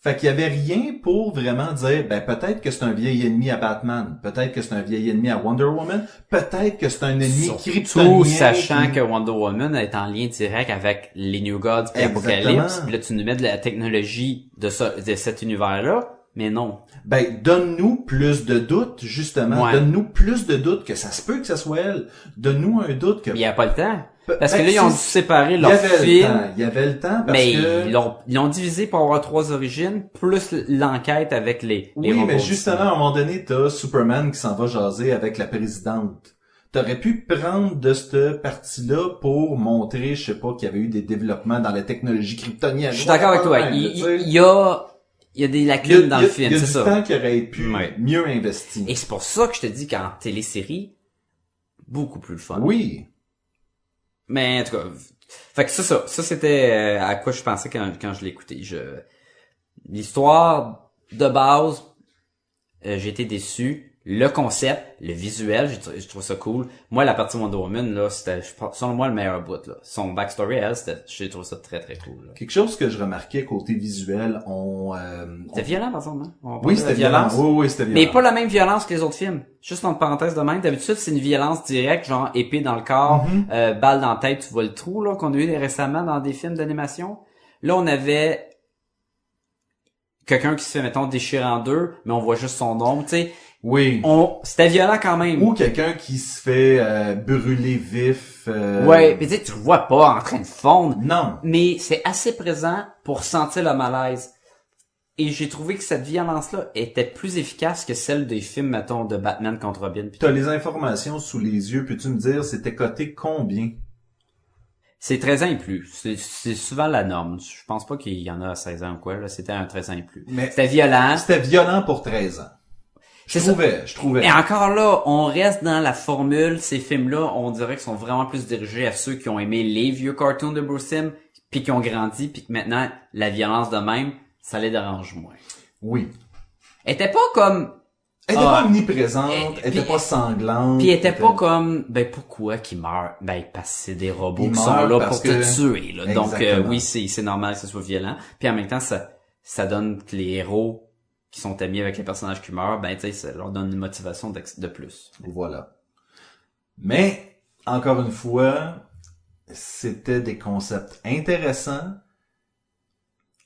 Speaker 1: Fait qu'il y avait rien pour vraiment dire, ben peut-être que c'est un vieil ennemi à Batman, peut-être que c'est un vieil ennemi à Wonder Woman, peut-être que c'est un ennemi kryptonien.
Speaker 3: Surtout sachant
Speaker 1: qui-
Speaker 3: que Wonder Woman est en lien direct avec les New Gods et Apocalypse,
Speaker 1: Exactement.
Speaker 3: puis là tu nous mets de la technologie de, ce- de cet univers-là, mais non.
Speaker 1: Ben, donne-nous plus de doutes, justement.
Speaker 3: Ouais.
Speaker 1: Donne-nous plus de doutes que ça se peut que ça soit elle. Donne-nous un doute que...
Speaker 3: Il n'y a pas le temps.
Speaker 1: Pe-
Speaker 3: Parce que
Speaker 1: ben,
Speaker 3: là, ils ont dû
Speaker 1: c'est-
Speaker 3: séparer
Speaker 1: il y
Speaker 3: leur
Speaker 1: avait le temps.
Speaker 3: film,
Speaker 1: Il y avait le temps parce
Speaker 3: mais
Speaker 1: que...
Speaker 3: ils l'ont ils l'ont divisé pour avoir trois origines, plus l'enquête avec les,
Speaker 1: Oui,
Speaker 3: les
Speaker 1: mais
Speaker 3: robots.
Speaker 1: justement, à un moment donné, t'as Superman qui s'en va jaser avec la présidente. T'aurais pu prendre de cette partie-là pour montrer, je sais pas, qu'il y avait eu des développements dans la technologie kryptonienne.
Speaker 3: Je suis d'accord avec toi.
Speaker 1: Ouais,
Speaker 3: Il,
Speaker 1: tu sais,
Speaker 3: il- il y a, il y a des
Speaker 1: il y a-
Speaker 3: lacunes dans
Speaker 1: il y a-
Speaker 3: le film,
Speaker 1: il y a
Speaker 3: c'est
Speaker 1: du
Speaker 3: ça.
Speaker 1: temps qui aurait pu
Speaker 3: Ouais.
Speaker 1: mieux investi.
Speaker 3: Et c'est pour ça que je te dis qu'en télésérie, beaucoup plus le fun.
Speaker 1: Oui.
Speaker 3: Mais en tout cas, v- fait que ça, ça, ça c'était euh, à quoi je pensais quand, quand je l'écoutais. Je... L'histoire de base, euh, j'ai été déçu. Le concept, le visuel, j'ai tr- je trouve ça cool. Moi, la partie Wonder Woman, là, c'était, je pense, selon moi, le meilleur bout, là. Son backstory, elle, c'était, j'ai trouvé ça très, très cool, là.
Speaker 1: Quelque chose que je remarquais côté visuel, on... euh,
Speaker 3: C'était violent, par exemple, hein? On
Speaker 1: on-
Speaker 3: parle
Speaker 1: Oui,
Speaker 3: de
Speaker 1: c'était violent.
Speaker 3: violence.
Speaker 1: Oui, oui, c'était violent.
Speaker 3: Mais pas la même violence que les autres films. Juste entre parenthèses de même. D'habitude, c'est une violence directe, genre épée dans le corps,
Speaker 1: Mhm.
Speaker 3: euh, balle dans la tête, tu vois le trou, là, qu'on a eu récemment dans des films d'animation. Là, on avait quelqu'un qui se fait, mettons, déchirer en deux, mais on voit juste son ombre, tu sais.
Speaker 1: Oui.
Speaker 3: On... C'était violent quand même.
Speaker 1: Ou quelqu'un qui se fait euh, brûler vif. euh,
Speaker 3: Ouais, mais tu sais, tu le vois pas en train de fondre.
Speaker 1: Non.
Speaker 3: mais c'est assez présent pour sentir le malaise. Et j'ai trouvé que cette violence-là était plus efficace que celle des films, mettons, de Batman contre Robin. Puis
Speaker 1: T'as les informations sous les yeux, peux-tu me dire c'était coté combien?
Speaker 3: C'est 13 ans et plus. C'est c'est souvent la norme. Je pense pas qu'il y en a à 16 ans ou quoi. Là, c'était un 13 ans et plus.
Speaker 1: Mais-
Speaker 3: C'était violent.
Speaker 1: Ah, C'était violent pour 13 ans. Je
Speaker 3: C'est ça. Ah.
Speaker 1: trouvais, je trouvais.
Speaker 3: Et encore là, on reste dans la formule. Ces films-là, on dirait qu'ils sont vraiment plus dirigés à ceux qui ont aimé les vieux cartoons de Bruce Timm, puis qui ont grandi, puis que maintenant, la violence de même, ça les dérange moins.
Speaker 1: Oui.
Speaker 3: Elle était pas comme
Speaker 1: Elle était
Speaker 3: Ah.
Speaker 1: pas omniprésente,
Speaker 3: Et-
Speaker 1: elle était
Speaker 3: puis-
Speaker 1: pas sanglante.
Speaker 3: Puis il était pas comme ben pourquoi qu'ils meurent Ben parce que c'est des robots
Speaker 1: Ils
Speaker 3: qui sont
Speaker 1: meurent
Speaker 3: là
Speaker 1: parce
Speaker 3: pour
Speaker 1: que-
Speaker 3: te tuer. Là. Donc euh,
Speaker 1: Exactement.
Speaker 3: oui, c'est c'est normal que ce soit violent. Puis en même temps, ça ça donne que les héros qui sont amis avec les personnages qui meurent, ben tu sais, ça leur donne une motivation d'ex- de plus.
Speaker 1: Voilà. Mais, encore une fois, c'était des concepts intéressants.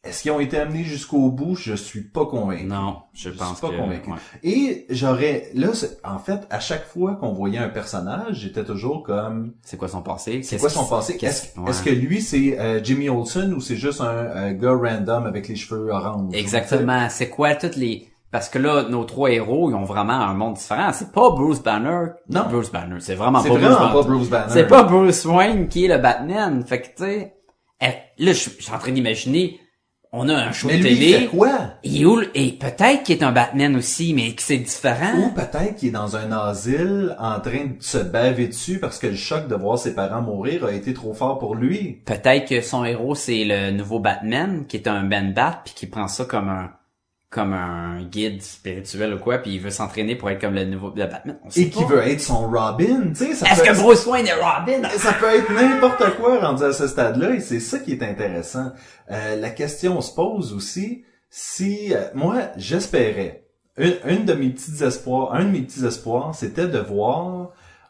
Speaker 1: Est-ce qu'ils ont été amenés jusqu'au bout? Je suis pas convaincu.
Speaker 3: Non, je,
Speaker 1: Je
Speaker 3: pense
Speaker 1: suis pas
Speaker 3: que
Speaker 1: convaincu.
Speaker 3: ouais.
Speaker 1: Et j'aurais, là, c'est- en fait, à chaque fois qu'on voyait un personnage, j'étais toujours comme,
Speaker 3: c'est quoi son passé
Speaker 1: c'est quoi son passé?
Speaker 3: qu'est-ce-
Speaker 1: Est-ce
Speaker 3: ouais.
Speaker 1: est-ce que lui, c'est euh, Jimmy Olsen ou c'est juste un, un gars random avec les cheveux orange?
Speaker 3: Exactement. C'est quoi toutes les parce que là, nos trois héros, ils ont vraiment un monde différent. C'est pas Bruce Banner.
Speaker 1: Non.
Speaker 3: Bruce Banner. C'est vraiment
Speaker 1: C'est
Speaker 3: pas Bruce
Speaker 1: vraiment
Speaker 3: Banner.
Speaker 1: pas Bruce Banner.
Speaker 3: C'est pas Bruce Wayne qui est le Batman. Fait que, tu sais, elle- là, je suis je suis en train d'imaginer, on a un show
Speaker 1: Mais
Speaker 3: de
Speaker 1: lui, il fait
Speaker 3: télé.
Speaker 1: quoi?
Speaker 3: Il est où le- et peut-être qu'il est un Batman aussi, mais que c'est
Speaker 1: Ou
Speaker 3: différent.
Speaker 1: peut-être qu'il est dans un asile en train de se baver dessus parce que le choc de voir ses parents mourir a été trop fort pour lui.
Speaker 3: Peut-être que son héros, c'est le nouveau Batman, qui est un Ben Bat, puis qui prend ça comme un, comme un guide spirituel ou quoi, puis il veut s'entraîner pour être comme le nouveau le Batman. On sait
Speaker 1: Et qui
Speaker 3: pas.
Speaker 1: veut être son Robin, tu sais. ça
Speaker 3: Est-ce
Speaker 1: peut-
Speaker 3: que Bruce Wayne est Robin?
Speaker 1: Ça peut être n'importe quoi rendu à ce stade-là et c'est ça qui est intéressant. Euh, la question se pose aussi si euh, moi j'espérais une, une de mes petits espoirs, un de mes petits espoirs, c'était de voir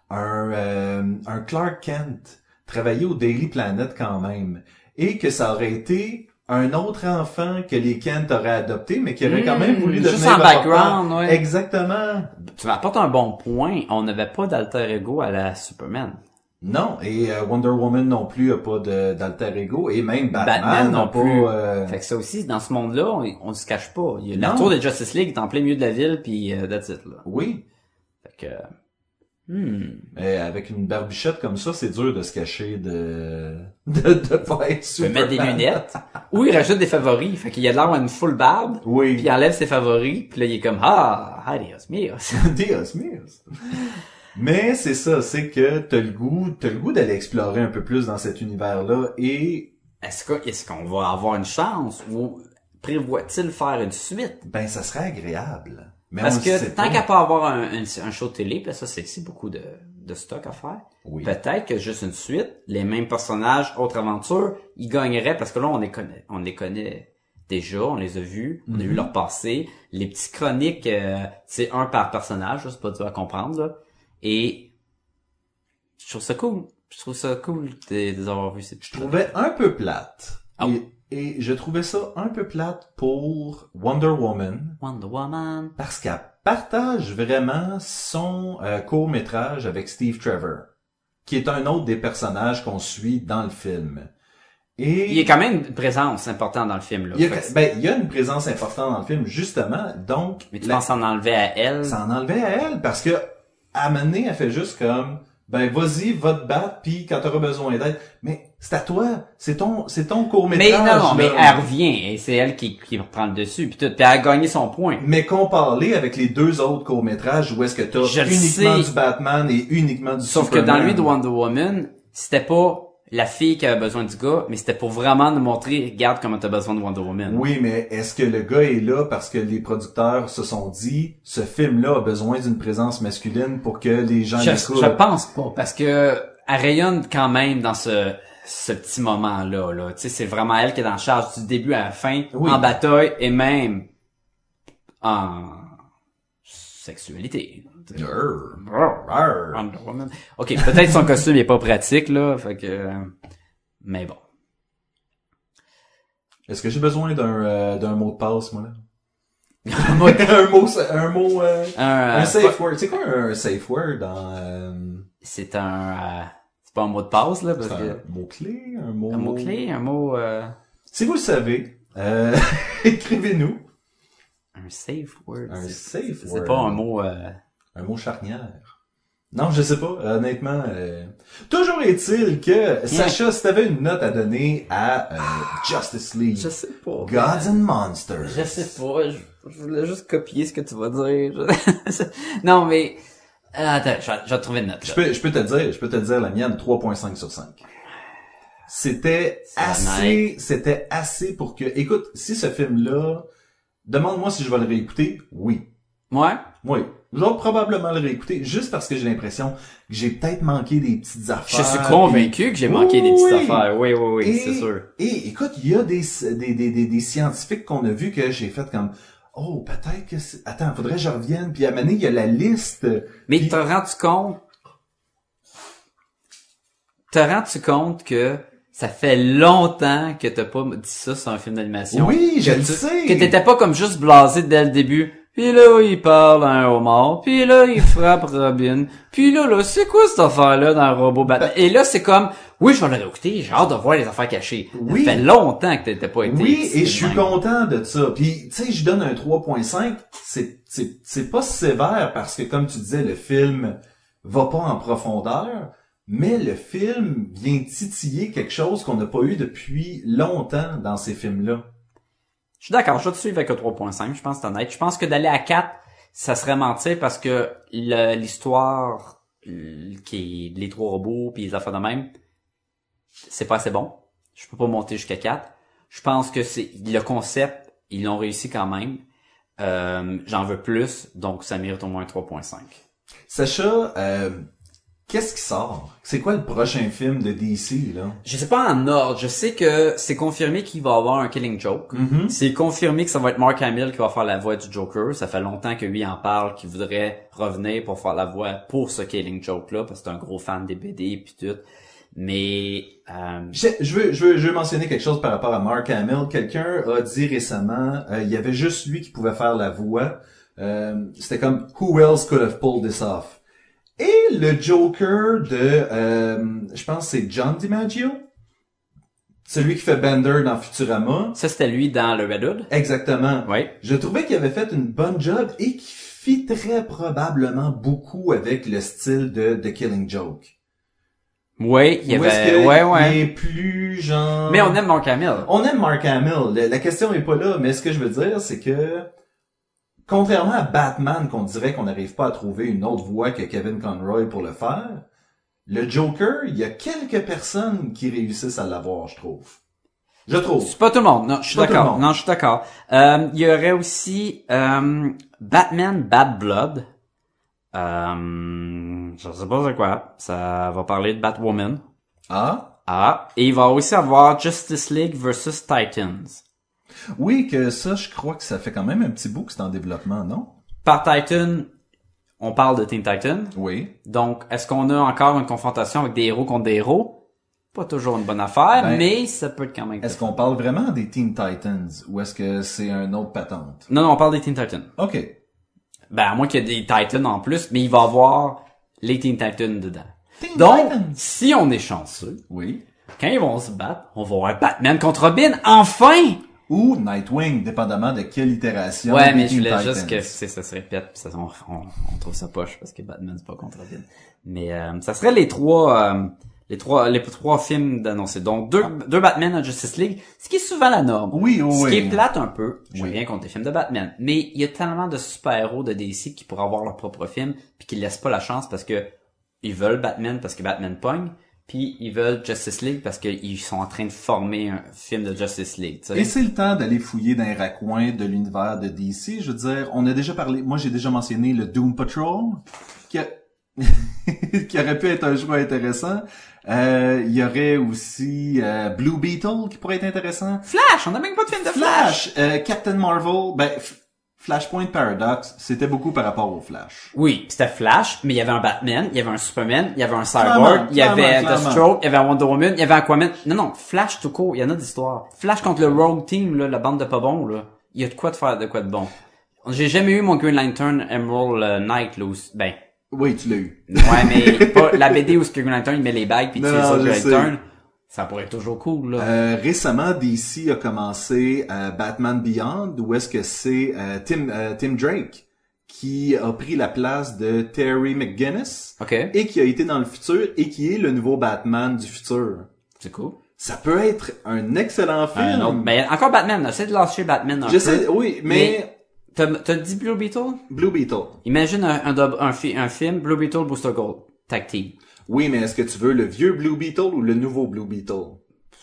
Speaker 1: un euh, un Clark Kent travailler au Daily Planet quand même et que ça aurait été un autre enfant que les Kent auraient adopté, mais qui aurait quand même voulu
Speaker 3: Hmm, Juste
Speaker 1: devenir
Speaker 3: en
Speaker 1: leur
Speaker 3: background,
Speaker 1: père.
Speaker 3: ouais.
Speaker 1: Exactement.
Speaker 3: Tu m'apportes un bon point. On n'avait pas d'alter ego à la Superman.
Speaker 1: Non, et euh, Wonder Woman non plus a pas de- d'alter ego, et même Batman,
Speaker 3: Batman
Speaker 1: n'a
Speaker 3: non
Speaker 1: pas...
Speaker 3: plus.
Speaker 1: euh,
Speaker 3: Fait que ça aussi, dans ce monde-là, on, on se cache pas. Il y a la
Speaker 1: Non.
Speaker 3: tour de Justice League est en plein milieu de la ville, puis euh, that's it, là.
Speaker 1: Oui,
Speaker 3: Fait que... hmm.
Speaker 1: mais avec une barbichette comme ça, c'est dur de se cacher de... [laughs] de, de pas être
Speaker 3: Tu peux
Speaker 1: Superman.
Speaker 3: mettre des lunettes. Ou il rajoute des favoris. Fait qu'il a l'air à une full barbe,
Speaker 1: Oui.
Speaker 3: puis il enlève ses favoris, puis là, il est comme « Ah, adios mios.
Speaker 1: [laughs] Dios mío. Mais c'est ça, c'est que t'as le goût, t'as le goût d'aller explorer un peu plus dans cet univers-là et »
Speaker 3: [laughs] Est-ce que- est-ce qu'on va avoir une chance? Ou prévoit-il faire une suite?
Speaker 1: ben ça serait agréable. Mais
Speaker 3: Parce
Speaker 1: Ben, on le
Speaker 3: que
Speaker 1: sait
Speaker 3: tant
Speaker 1: pas.
Speaker 3: qu'à pas avoir un, un- un show de télé, parce que ça, c'est aussi beaucoup de, de stock à faire,
Speaker 1: Oui.
Speaker 3: peut-être que juste une suite, les mêmes personnages, autre aventure, ils gagneraient parce que là, on les connaît, on les connaît déjà, on les a vus, on a
Speaker 1: Mhm.
Speaker 3: vu leur passé. Les petites chroniques, euh, c'est un par personnage, là, c'est pas dur à comprendre. là. Et je trouve ça cool. Je trouve ça cool de, de les avoir vus.
Speaker 1: Je trouvais un peu plate.
Speaker 3: Ah oui.
Speaker 1: Et, et je trouvais ça un peu plate pour Wonder Woman
Speaker 3: Wonder Woman.
Speaker 1: parce qu'elle partage vraiment son euh, court-métrage avec Steve Trevor, qui est un autre des personnages qu'on suit dans le film. Et
Speaker 3: Il y a quand même une présence importante dans le film. Là,
Speaker 1: Il y,
Speaker 3: Fait
Speaker 1: a,
Speaker 3: que-
Speaker 1: ben, il y a une présence importante dans le film, justement. Donc,
Speaker 3: mais tu
Speaker 1: la-
Speaker 3: penses en enlever à elle.
Speaker 1: ça en enlevait à elle parce que, à un moment donné, elle fait juste comme, ben, vas-y, va te battre, puis quand t'auras besoin d'aide. Mais c'est à toi, c'est ton, c'est ton
Speaker 3: Mais
Speaker 1: court-métrage.
Speaker 3: non, non, mais
Speaker 1: là. euh,
Speaker 3: elle revient et c'est elle qui, qui reprend le dessus. Puis tout, puis elle a gagné son point.
Speaker 1: Mais comparé avec les deux autres courts-métrages où est-ce que t'as
Speaker 3: Je le
Speaker 1: uniquement
Speaker 3: sais.
Speaker 1: du Batman et uniquement du
Speaker 3: Sauf que
Speaker 1: Superman.
Speaker 3: dans lui de Wonder Woman, c'était pas la fille qui avait besoin du gars, mais c'était pour vraiment nous montrer, regarde comment t'as besoin de Wonder Woman.
Speaker 1: Oui, mais est-ce que le gars est là parce que les producteurs se sont dit, ce film-là a besoin d'une présence masculine pour que les gens
Speaker 3: je,
Speaker 1: l'écoutent?
Speaker 3: je pense pas, parce que elle rayonne quand même dans ce ce petit moment-là. Là. Tu sais, c'est vraiment elle qui est en charge du début à la fin,
Speaker 1: Oui.
Speaker 3: en bataille et même en sexualité.
Speaker 1: Grrr.
Speaker 3: Brrr.
Speaker 1: Grrr.
Speaker 3: Wonder Woman. Ok, peut-être son costume est pas pratique là, fait que. euh, Mais bon.
Speaker 1: Est-ce que j'ai besoin d'un euh, d'un mot de passe,
Speaker 3: [laughs]
Speaker 1: moi, là? un mot, un mot, un mot, euh,
Speaker 3: Un, euh,
Speaker 1: un safe word. C'est quoi un safe word en, euh,
Speaker 3: c'est un, euh, c'est pas un mot de passe là, parce
Speaker 1: c'est un
Speaker 3: que
Speaker 1: mot-clé, un mot...
Speaker 3: un mot clé, un mot, euh,
Speaker 1: Si vous le savez, euh, [laughs] écrivez-nous
Speaker 3: un safe word.
Speaker 1: Un
Speaker 3: c'est-
Speaker 1: safe
Speaker 3: c'est-
Speaker 1: word.
Speaker 3: C'est pas un mot. euh,
Speaker 1: un mot charnière. Non, je sais pas, honnêtement. euh, Toujours est-il que, Sacha, si t'avais une note à donner à euh, Justice League,
Speaker 3: Je sais pas.
Speaker 1: Gods and Monsters...
Speaker 3: Je sais pas. Je, je voulais juste copier ce que tu vas dire. [laughs] Je- non mais euh, attends, je vais- je vais trouver une note.
Speaker 1: Je
Speaker 3: là.
Speaker 1: peux, je peux te le dire, je peux te le dire la mienne, 3.5 sur 5. C'était
Speaker 3: C'est
Speaker 1: assez, c'était assez pour que, écoute, si ce film-là, demande-moi si je vais le réécouter, oui.
Speaker 3: Ouais.
Speaker 1: Oui. Je vais probablement le réécouter, juste parce que j'ai l'impression que j'ai peut-être manqué des petites affaires.
Speaker 3: Je suis convaincu que j'ai manqué des
Speaker 1: Oui.
Speaker 3: petites affaires. Oui, oui, oui,
Speaker 1: Et-
Speaker 3: c'est sûr.
Speaker 1: Et écoute, il y a des, des, des, des, des scientifiques qu'on a vus que j'ai fait comme, oh, peut-être que c'est- attends, faudrait que je revienne, puis à un moment donné, il y a la liste.
Speaker 3: Mais
Speaker 1: Puis-
Speaker 3: te rends-tu compte? Te rends-tu compte que ça fait longtemps que t'as pas dit ça sur un film d'animation?
Speaker 1: Oui, je
Speaker 3: Que
Speaker 1: le
Speaker 3: tu-
Speaker 1: sais.
Speaker 3: Que t'étais pas comme juste blasé dès le début. Puis là, il parle à un homard. Puis là,
Speaker 1: [laughs]
Speaker 3: il frappe Robin. Puis là, là, c'est quoi cette affaire-là dans Robot Batman?
Speaker 1: Ben-
Speaker 3: Et là, c'est comme, oui, je vais le réécouter. J'ai hâte de voir les affaires cachées.
Speaker 1: Oui.
Speaker 3: Ça fait longtemps que t'étais pas été.
Speaker 1: Oui,
Speaker 3: ici
Speaker 1: et
Speaker 3: de
Speaker 1: je suis
Speaker 3: même.
Speaker 1: content de ça. Puis, tu sais, je donne un 3.5. C'est, c'est, c'est pas sévère parce que, comme tu disais, le film va pas en profondeur, mais le film vient titiller quelque chose qu'on n'a pas eu depuis longtemps dans ces films-là.
Speaker 3: Je suis d'accord, je vais te suivre avec le 3.5, je pense que c'est honnête. Je pense que d'aller à 4, ça serait mentir parce que le- l'histoire euh, qui est les trois robots puis les affaires de même, c'est pas assez bon. Je peux pas monter jusqu'à 4. Je pense que c'est le concept, ils l'ont réussi quand même. Euh, J'en veux plus, donc ça mérite au moins un 3.5.
Speaker 1: Sacha, euh, qu'est-ce qui sort? C'est quoi le prochain film de DC, là?
Speaker 3: Je sais pas en ordre, je sais que c'est confirmé qu'il va avoir un Killing Joke. C'est confirmé que ça va être Mark Hamill qui va faire la voix du Joker. Ça fait longtemps que lui en parle, qu'il voudrait revenir pour faire la voix pour ce Killing Joke là, parce que c'est un gros fan des BD puis tout. Mais euh,
Speaker 1: Je, je veux, je, veux, je veux mentionner quelque chose par rapport à Mark Hamill. Quelqu'un a dit récemment, euh, il y avait juste lui qui pouvait faire la voix. Euh, C'était comme Who else could have pulled this off? Et le Joker de, euh, je pense que c'est John DiMaggio, celui qui fait Bender dans Futurama.
Speaker 3: ça, c'était lui dans le Red Hood.
Speaker 1: Exactement.
Speaker 3: Oui.
Speaker 1: Je trouvais qu'il avait fait une bonne job et qui fit très probablement beaucoup avec le style de The Killing Joke.
Speaker 3: Oui, il y
Speaker 1: Ou est-ce
Speaker 3: avait...
Speaker 1: que
Speaker 3: Ouais, ouais.
Speaker 1: Il est plus genre...
Speaker 3: Mais on aime Mark Hamill.
Speaker 1: On aime Mark Hamill. Le- La question est pas là, mais ce que je veux dire, c'est que contrairement à Batman, qu'on dirait qu'on n'arrive pas à trouver une autre voie que Kevin Conroy pour le faire, le Joker, il y a quelques personnes qui réussissent à l'avoir, je trouve. Je trouve.
Speaker 3: C'est pas tout le monde. Non, je suis
Speaker 1: Oh. Pas tout le
Speaker 3: d'accord.
Speaker 1: monde.
Speaker 3: Non, je suis d'accord. Euh, Il y aurait aussi euh, Batman Bad Blood. Euh, je sais pas c'est quoi. Ça va parler de Batwoman.
Speaker 1: Ah?
Speaker 3: Ah, et il va aussi avoir Justice League versus Titans.
Speaker 1: Oui, que ça, je crois que ça fait quand même un petit bout que c'est en développement, non?
Speaker 3: Par Titan, on parle de Teen Titan.
Speaker 1: Oui.
Speaker 3: Donc, est-ce qu'on a encore une confrontation avec des héros contre des héros? Pas toujours une bonne affaire,
Speaker 1: Ben,
Speaker 3: mais ça peut être quand même...
Speaker 1: Est-ce qu'on parle vraiment des Teen Titans ou est-ce que c'est un autre patente?
Speaker 3: Non, non, on parle des Teen Titans.
Speaker 1: OK.
Speaker 3: Ben, à moins qu'il y ait des Titans en plus, mais il va avoir les Teen Titans dedans.
Speaker 1: Teen
Speaker 3: Donc,
Speaker 1: Titans.
Speaker 3: si on est chanceux,
Speaker 1: Oui.
Speaker 3: quand ils vont se battre, on va avoir Batman contre Robin, enfin!
Speaker 1: Ou Nightwing, dépendamment de quelle itération.
Speaker 3: Ouais,
Speaker 1: des
Speaker 3: mais je
Speaker 1: Teen
Speaker 3: voulais
Speaker 1: Titans.
Speaker 3: juste que tu sais, ça se répète, pis ça, on, on- on trouve ça poche parce que Batman c'est pas contre Robin. Mais euh, ça serait les trois, euh, les trois, les trois films d'annoncés. Donc deux, deux Batman à Justice League, ce qui est souvent la norme.
Speaker 1: Ah. Oui, oui,
Speaker 3: Ce
Speaker 1: oui.
Speaker 3: qui est plate un peu, je
Speaker 1: Oui.
Speaker 3: viens contre les films de Batman, mais il y a tellement de super-héros de DC qui pourraient avoir leur propre film, puis qui laissent pas la chance parce que ils veulent Batman parce que Batman pogne, puis ils veulent Justice League parce qu'ils sont en train de former un film de Justice League. tu sais.
Speaker 1: Et c'est le temps d'aller fouiller dans les raccoins de l'univers de DC. Je veux dire, on a déjà parlé, moi j'ai déjà mentionné le Doom Patrol, qui, a- [laughs] qui aurait pu être un choix intéressant. Euh, Il y aurait aussi euh, Blue Beetle qui pourrait être intéressant.
Speaker 3: Flash, on a même pas de film de Flash.
Speaker 1: Flash, euh, Captain Marvel, ben, F- Flashpoint Paradox, c'était beaucoup par rapport au Flash.
Speaker 3: Oui, c'était Flash, mais il y avait un Batman, il y avait un Superman, il y avait un Cyborg,
Speaker 1: Clairement,
Speaker 3: il y avait
Speaker 1: clairement, clairement.
Speaker 3: Deathstroke, il y avait Wonder Woman, il y avait Aquaman. Non, non, Flash tout court, il y en a d'histoires. Flash contre le Rogue Team, là, la bande de pas bons, là. Il y a de quoi de faire, de quoi de bon. J'ai jamais eu mon Green Lantern Emerald euh, Knight, là, où- ben,
Speaker 1: Oui, tu l'as eu.
Speaker 3: ouais,
Speaker 1: [laughs]
Speaker 3: mais pas la BD où ce que Green Lantern, il met les bagues puis il
Speaker 1: Non,
Speaker 3: tire sur
Speaker 1: je
Speaker 3: Green
Speaker 1: sais.
Speaker 3: Lantern. Ça pourrait être toujours cool, là.
Speaker 1: Euh, récemment, DC a commencé euh, Batman Beyond, où est-ce que c'est euh, Tim, euh, Tim Drake qui a pris la place de Terry McGuinness
Speaker 3: ok,
Speaker 1: et qui a été dans le futur et qui est le nouveau Batman du futur.
Speaker 3: c'est cool.
Speaker 1: Ça peut être un excellent film.
Speaker 3: Un autre, ben, encore Batman, là. Essaye de lâcher Batman un
Speaker 1: Je
Speaker 3: peu.
Speaker 1: sais, oui, mais,
Speaker 3: T'as t'as dit Blue Beetle?
Speaker 1: Blue Beetle.
Speaker 3: Imagine un, un, dub- un, fi- un film, Blue Beetle, Booster Gold, tag team.
Speaker 1: Oui, mais est-ce que tu veux le vieux Blue Beetle ou le nouveau Blue Beetle?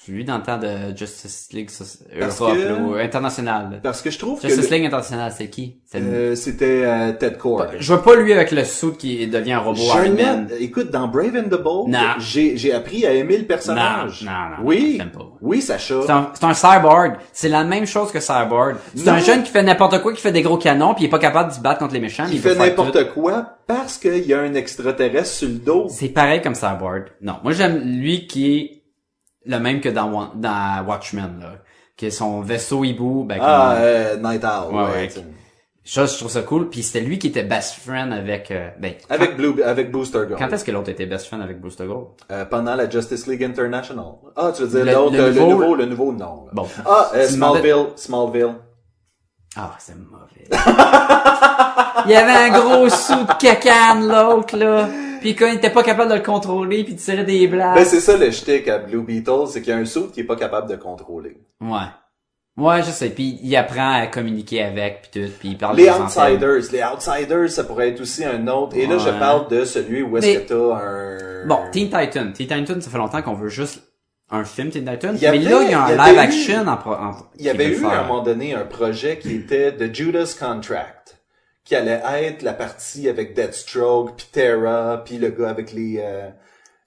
Speaker 3: Celui dans le temps de Justice League Soci-
Speaker 1: Parce
Speaker 3: Europe,
Speaker 1: que-
Speaker 3: là, ou international. là.
Speaker 1: Parce que je trouve que
Speaker 3: Justice
Speaker 1: le-
Speaker 3: League international, c'est qui? C'est-
Speaker 1: euh, c'était euh, Ted Core.
Speaker 3: Je vois pas lui avec le suit qui devient un robot
Speaker 1: Je
Speaker 3: Iron
Speaker 1: n'aime-
Speaker 3: Man.
Speaker 1: écoute, dans Brave and the Bold,
Speaker 3: Non.
Speaker 1: j'ai, j'ai appris à aimer le personnage.
Speaker 3: Non, non, non, je
Speaker 1: oui,
Speaker 3: l'aime pas.
Speaker 1: oui,
Speaker 3: C'est
Speaker 1: Sacha.
Speaker 3: un, c'est un cyborg. C'est la même chose que cyborg. C'est un
Speaker 1: Non.
Speaker 3: jeune qui fait n'importe quoi, qui fait des gros canons, puis il est pas capable de se battre contre les méchants. mais
Speaker 1: Il
Speaker 3: peut
Speaker 1: fait
Speaker 3: faire tout.
Speaker 1: n'importe quoi parce qu'il y a un extraterrestre sur le dos.
Speaker 3: C'est pareil comme Cyborg. Non, moi j'aime lui qui est le même que dans, Wa- dans Watchmen, là. Que son vaisseau hibou, ben,
Speaker 1: Ah,
Speaker 3: comme-
Speaker 1: euh, Night Owl.
Speaker 3: Ouais,
Speaker 1: Ouais,
Speaker 3: ouais.
Speaker 1: tu sais.
Speaker 3: Ça, je trouve ça cool. Puis c'était lui qui était best friend avec... euh, ben,
Speaker 1: Avec Blue, avec Booster Gold.
Speaker 3: quand, quand est-ce que l'autre était best friend avec Booster Gold?
Speaker 1: Euh, pendant la Justice League International. Ah, tu veux dire
Speaker 3: Le-
Speaker 1: l'autre,
Speaker 3: le
Speaker 1: euh, le,
Speaker 3: nouveau-
Speaker 1: nouveau, le nouveau, non. là.
Speaker 3: Bon.
Speaker 1: Ah, euh,
Speaker 3: Tu demandais-
Speaker 1: Smallville, Smallville.
Speaker 3: Ah, c'est
Speaker 1: [laughs]
Speaker 3: mauvais. il y avait un gros sou de cacane, l'autre, là. Puis quand il était pas capable de le contrôler, puis de tirer des blagues.
Speaker 1: Ben, c'est ça le shtick à Blue Beetle, c'est qu'il y a un saut qui est pas capable de contrôler.
Speaker 3: Ouais. Ouais, je sais. Puis il apprend à communiquer avec, puis tout. Puis il parle
Speaker 1: Les
Speaker 3: des antennes.
Speaker 1: Outsiders, les Outsiders, ça pourrait être aussi un autre. Et là, je
Speaker 3: Ouais.
Speaker 1: parle de celui où est-ce
Speaker 3: Mais-
Speaker 1: que t'as un...
Speaker 3: Bon, Teen Titan. Teen Titan, ça fait longtemps qu'on veut juste un film Teen Titan.
Speaker 1: Il y avait-
Speaker 3: mais là, il y a un
Speaker 1: il y
Speaker 3: live
Speaker 1: avait
Speaker 3: action
Speaker 1: eu-
Speaker 3: en, pro- en-
Speaker 1: Il y avait
Speaker 3: qu'ils
Speaker 1: eu
Speaker 3: veulent
Speaker 1: à
Speaker 3: faire.
Speaker 1: un moment donné un projet qui était The Judas Contract, qui allait être la partie avec Deathstroke, puis Terra, puis le gars avec les... euh,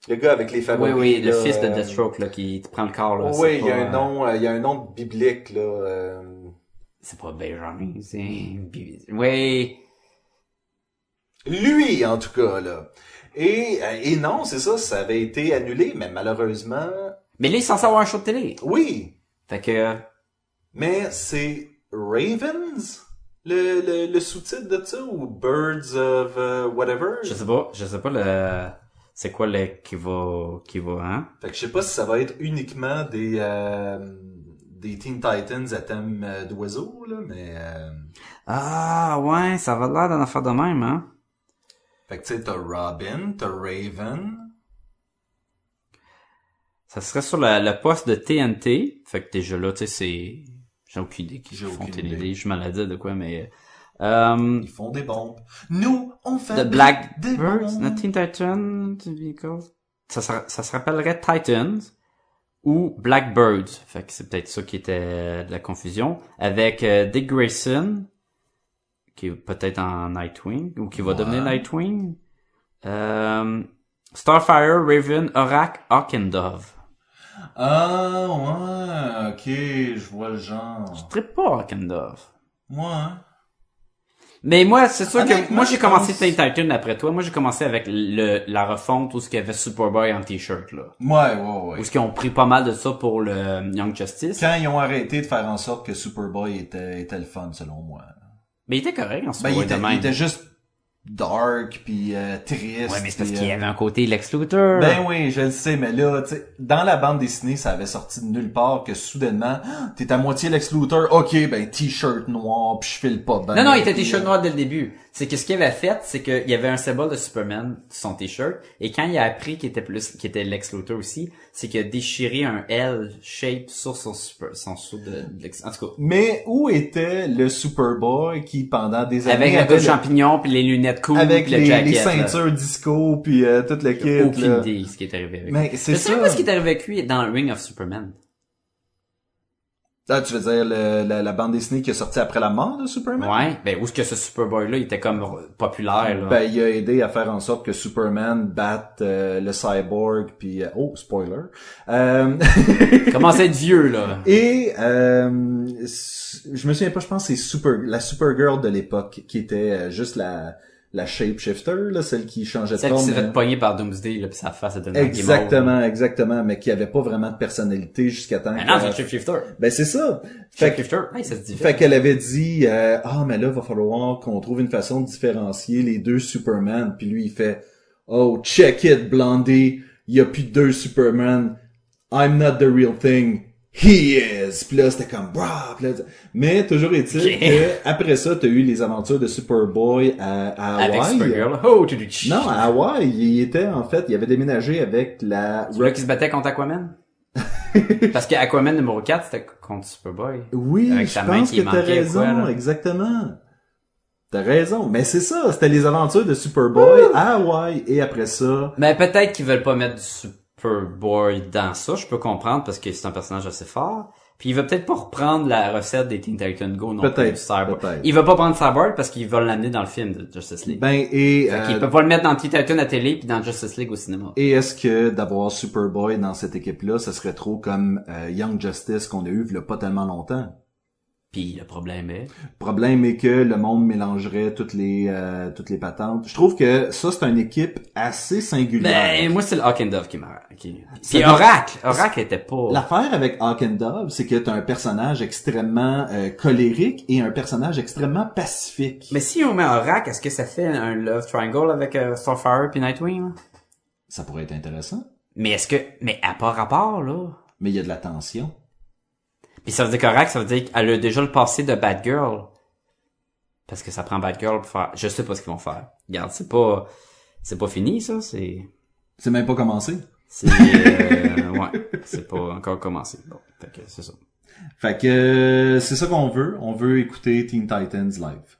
Speaker 1: le gars avec les
Speaker 3: Oui,
Speaker 1: favoris.
Speaker 3: oui, le
Speaker 1: là,
Speaker 3: fils de
Speaker 1: euh,
Speaker 3: Deathstroke, là, qui te prend le corps, là.
Speaker 1: Oui,
Speaker 3: c'est
Speaker 1: il y a
Speaker 3: pas,
Speaker 1: un
Speaker 3: euh,
Speaker 1: nom, euh, il y a un nom biblique, là. euh,
Speaker 3: C'est pas Bejani, c'est... Bi- Oui.
Speaker 1: Lui, en tout cas, là. Et, euh, et non, c'est ça, ça avait été annulé, mais malheureusement,
Speaker 3: Mais là, il est censé avoir un show de télé.
Speaker 1: oui.
Speaker 3: Fait que,
Speaker 1: Mais c'est Ravens, le, le, le sous-titre de ça, ou Birds of euh, whatever.
Speaker 3: je sais pas, je sais pas le, c'est quoi le qui va, qui va, hein?
Speaker 1: Fait que je sais pas si ça va être uniquement des euh, des Teen Titans à thème euh, d'oiseau là, mais euh,
Speaker 3: Ah, ouais, ça va de l'air d'en affaire de même, hein?
Speaker 1: fait que tu sais t'as Robin, t'as Raven,
Speaker 3: Ça serait sur le, le poste de TNT. Fait que déjà là, tu sais, c'est, j'ai aucune idée qui
Speaker 1: J'ai
Speaker 3: font
Speaker 1: aucune
Speaker 3: TNT.
Speaker 1: idée.
Speaker 3: Je me la dis de quoi, mais, euh,
Speaker 1: ils font des bombes. Nous on fait
Speaker 3: The
Speaker 1: des-
Speaker 3: Black
Speaker 1: des
Speaker 3: Birds,
Speaker 1: bombes.
Speaker 3: not Teen Titan, to be called. Ça, se- ça se rappellerait Titans ou Blackbirds. Fait que c'est peut-être ça qui était euh, de la confusion. Avec euh, Dick Grayson, qui est peut-être en Nightwing, ou qui va
Speaker 1: Ouais.
Speaker 3: devenir Nightwing. Euh, Starfire, Raven, Orac, Hawk and Dove.
Speaker 1: Ah ouais, ok, je vois le genre.
Speaker 3: Je pas Hawk and Dove.
Speaker 1: Moi, hein.
Speaker 3: Mais moi, c'est sûr que
Speaker 1: Honnêtement,
Speaker 3: moi j'ai
Speaker 1: je
Speaker 3: commencé
Speaker 1: pense-
Speaker 3: Teen Titan après toi. Moi j'ai commencé avec le, la refonte où ce qu'il y avait Superboy en t-shirt là.
Speaker 1: ouais, ouais,
Speaker 3: Ou
Speaker 1: ouais.
Speaker 3: est-ce qu'ils ont pris pas mal de ça pour le euh, Young Justice?
Speaker 1: Quand ils ont arrêté de faire en sorte que Superboy était, était le fun selon moi.
Speaker 3: Mais il était correct en ce
Speaker 1: Ben
Speaker 3: moment.
Speaker 1: il, était, il était juste dark puis euh, triste.
Speaker 3: Ouais, mais c'est parce
Speaker 1: puis,
Speaker 3: qu'il y
Speaker 1: euh,
Speaker 3: avait un côté Lex Luthor.
Speaker 1: Ben oui, je le sais, mais là, tu sais, dans la bande dessinée, ça avait sorti de nulle part que soudainement, [gasps] Ah, t'es à moitié Lex Luthor, ok, ben t-shirt noir, puis je file pas bien.
Speaker 3: Non, non, il était t-shirt noir dès le début. C'est que ce qu'il avait fait, c'est qu'il y avait un symbole de Superman sur son t-shirt, et quand il a appris qu'il était plus, qu'il était Lex Luthor aussi, c'est qu'il a déchiré un L shape sur son super, son sou de, de Lex. En tout cas.
Speaker 1: Mais où était le Superboy qui, pendant des années,
Speaker 3: Avec la
Speaker 1: avait
Speaker 3: couche
Speaker 1: le-
Speaker 3: champignon, puis les lunettes cool,
Speaker 1: avec
Speaker 3: puis le
Speaker 1: les,
Speaker 3: jacket.
Speaker 1: les
Speaker 3: là.
Speaker 1: ceintures disco, puis euh, tout le
Speaker 3: J'ai
Speaker 1: kit,
Speaker 3: Aucune
Speaker 1: là.
Speaker 3: idée ce qui est arrivé avec lui.
Speaker 1: Mais
Speaker 3: Je
Speaker 1: c'est
Speaker 3: sais
Speaker 1: ça.
Speaker 3: même pas ce qui est arrivé avec lui dans Ring of Superman.
Speaker 1: Ah, tu veux dire le- la, la bande dessinée qui est sortie après la mort de Superman?
Speaker 3: Ouais, ben où est-ce que ce Superboy-là, il était comme r- populaire, là.
Speaker 1: Ben, il a aidé à faire en sorte que Superman batte euh, le cyborg, puis... euh, oh, spoiler. Euh, [laughs]
Speaker 3: Il commence à être vieux, là.
Speaker 1: Et euh, s- je me souviens pas, je pense que c'est Super, la Supergirl de l'époque qui était euh, juste la la shapeshifter, là, celle qui changeait de
Speaker 3: Celle qui
Speaker 1: forme.
Speaker 3: s'est
Speaker 1: mais-
Speaker 3: fait pogner par Doomsday, là, pis sa face, elle devenait
Speaker 1: exactement, exactement, mais qui avait pas vraiment de personnalité jusqu'à temps.
Speaker 3: Maintenant,
Speaker 1: que-
Speaker 3: c'est le shifter.
Speaker 1: ben c'est ça. Fait, que-
Speaker 3: Shifter. Hey, ça se dit.
Speaker 1: fait qu'elle avait dit euh, ah mais là va falloir qu'on trouve une façon de différencier les deux Superman. Puis lui il fait oh check it Blondie, il y a plus deux Superman. I'm not the real thing. He is. Puis là, c'était comme, brah, puis là, t- Mais toujours est-il
Speaker 3: Ok.
Speaker 1: que après ça, t'as eu les aventures de Superboy à, à
Speaker 3: Avec
Speaker 1: Hawaï.
Speaker 3: Supergirl. Oh, tu dis
Speaker 1: Non, à Hawaï, il était en fait, il avait déménagé avec la.
Speaker 3: Celui qui se battait contre
Speaker 1: [laughs]
Speaker 3: Aquaman. Parce que Aquaman numéro 4, c'était contre Superboy.
Speaker 1: Oui,
Speaker 3: Avec
Speaker 1: je
Speaker 3: sa main
Speaker 1: pense
Speaker 3: qui
Speaker 1: que t'as
Speaker 3: manquait,
Speaker 1: raison,
Speaker 3: quoi, là.
Speaker 1: exactement. T'as raison, mais c'est ça, c'était les aventures de Superboy à Hawaï et après ça.
Speaker 3: Mais peut-être qu'ils veulent pas mettre du Superboy dans ça, je peux comprendre, parce que c'est un personnage assez fort. Puis il veut peut-être pas reprendre la recette des Teen Titans Go non plus,
Speaker 1: Peut-être,
Speaker 3: du Cyborg.
Speaker 1: peut-être.
Speaker 3: Il veut pas prendre Cyborg parce qu'ils veulent l'amener dans le film de Justice League.
Speaker 1: Ben et euh,
Speaker 3: Il peut pas le mettre dans Teen Titans à télé puis dans Justice League au cinéma.
Speaker 1: et est-ce que d'avoir Superboy dans cette équipe-là, ça serait trop comme euh, Young Justice qu'on a eu il y a pas tellement longtemps?
Speaker 3: Puis le problème est...
Speaker 1: problème est que le monde mélangerait toutes les euh, toutes les patentes. Je trouve que ça c'est une équipe assez singulière.
Speaker 3: Ben, moi, c'est le Hawk and Dove qui m'a... Qui... Puis
Speaker 1: Ça-
Speaker 3: Oracle! Oracle était pas...
Speaker 1: L'affaire avec Hawk and Dove, c'est que t'as un personnage extrêmement euh, colérique et un personnage extrêmement pacifique.
Speaker 3: Mais si on met Oracle, est-ce que ça fait un Love Triangle avec euh, Starfire puis Nightwing? là?
Speaker 1: Ça pourrait être intéressant,
Speaker 3: Mais est-ce que... Mais à part à part, là...
Speaker 1: mais il y a de la tension.
Speaker 3: Puis ça veut dire qu'Oracle, ça veut dire qu'elle a déjà le passé de Batgirl. Parce que ça prend Batgirl pour faire... Je sais pas ce qu'ils vont faire. Regarde, c'est pas... C'est pas fini, ça. C'est...
Speaker 1: C'est même pas commencé.
Speaker 3: C'est... [laughs] euh, ouais. C'est pas encore commencé. Bon, fait que c'est ça.
Speaker 1: Fait que euh, c'est ça qu'on veut. On veut écouter Teen Titans live.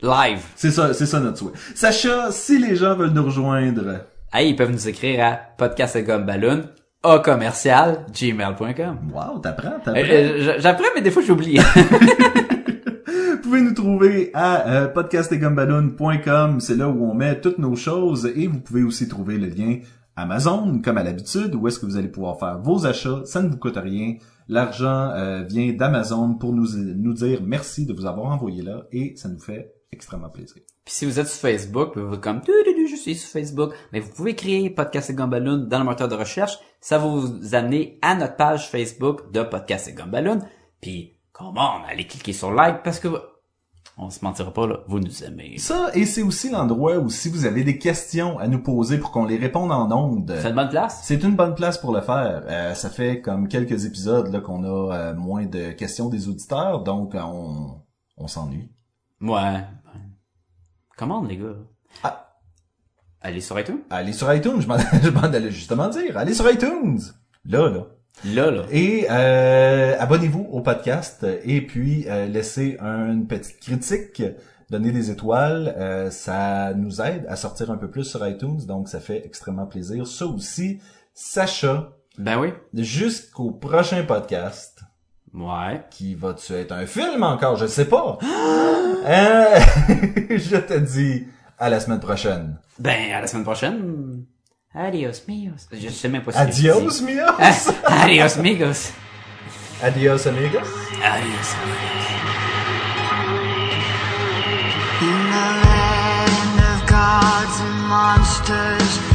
Speaker 3: Live!
Speaker 1: C'est ça, c'est ça notre souhait. Sacha, si les gens veulent nous rejoindre,
Speaker 3: Hey, ils peuvent nous écrire à podcastgumballoon, a commercial, gmail.com.
Speaker 1: wow, t'apprends,
Speaker 3: Euh,
Speaker 1: t'apprends.
Speaker 3: euh, j- J'apprends, mais des fois, j'oublie. [laughs]
Speaker 1: Vous pouvez nous trouver à euh, podcastetgumballoon.com. C'est là où on met toutes nos choses et vous pouvez aussi trouver le lien Amazon, comme à l'habitude, où est-ce que vous allez pouvoir faire vos achats. Ça ne vous coûte rien. L'argent euh, vient d'Amazon pour nous, nous dire merci de vous avoir envoyé là et ça nous fait extrêmement plaisir.
Speaker 3: Puis si vous êtes sur Facebook, vous êtes comme Tududu, je suis sur Facebook, mais vous pouvez créer Podcast et Gumballoon dans le moteur de recherche. Ça va vous amener à notre page Facebook de Podcast et Gumballoon. Puis comment allez cliquer sur like parce que on se mentira pas là, vous nous aimez.
Speaker 1: Ça, et c'est aussi l'endroit où si vous avez des questions à nous poser pour qu'on les réponde en ondes,
Speaker 3: C'est une bonne place.
Speaker 1: c'est une bonne place pour le faire. Euh, ça fait comme quelques épisodes là qu'on a euh, moins de questions des auditeurs, donc euh, on, on s'ennuie.
Speaker 3: Ouais. Commande les gars.
Speaker 1: Ah.
Speaker 3: Allez sur iTunes.
Speaker 1: Allez sur iTunes, je m'en [laughs] je m'en allais justement dire. Allez sur iTunes! Là, là.
Speaker 3: Là là.
Speaker 1: Et euh, abonnez-vous au podcast et puis euh, laissez une petite critique, donnez des étoiles, euh, ça nous aide à sortir un peu plus sur iTunes, donc ça fait extrêmement plaisir. Ça aussi, Sacha,
Speaker 3: Ben oui.
Speaker 1: jusqu'au prochain podcast,
Speaker 3: Ouais.
Speaker 1: qui va-tu être un film encore, je sais [gasps] pas. Euh, [laughs] je te dis à la semaine prochaine.
Speaker 3: Ben à la semaine prochaine. Adios mios. Je sais même pas si je le dis.
Speaker 1: Adios, mio.
Speaker 3: [laughs] Adios amigos.
Speaker 1: [laughs] Adios, amigos.
Speaker 3: Adios amigos.
Speaker 2: In the land of gods and monsters,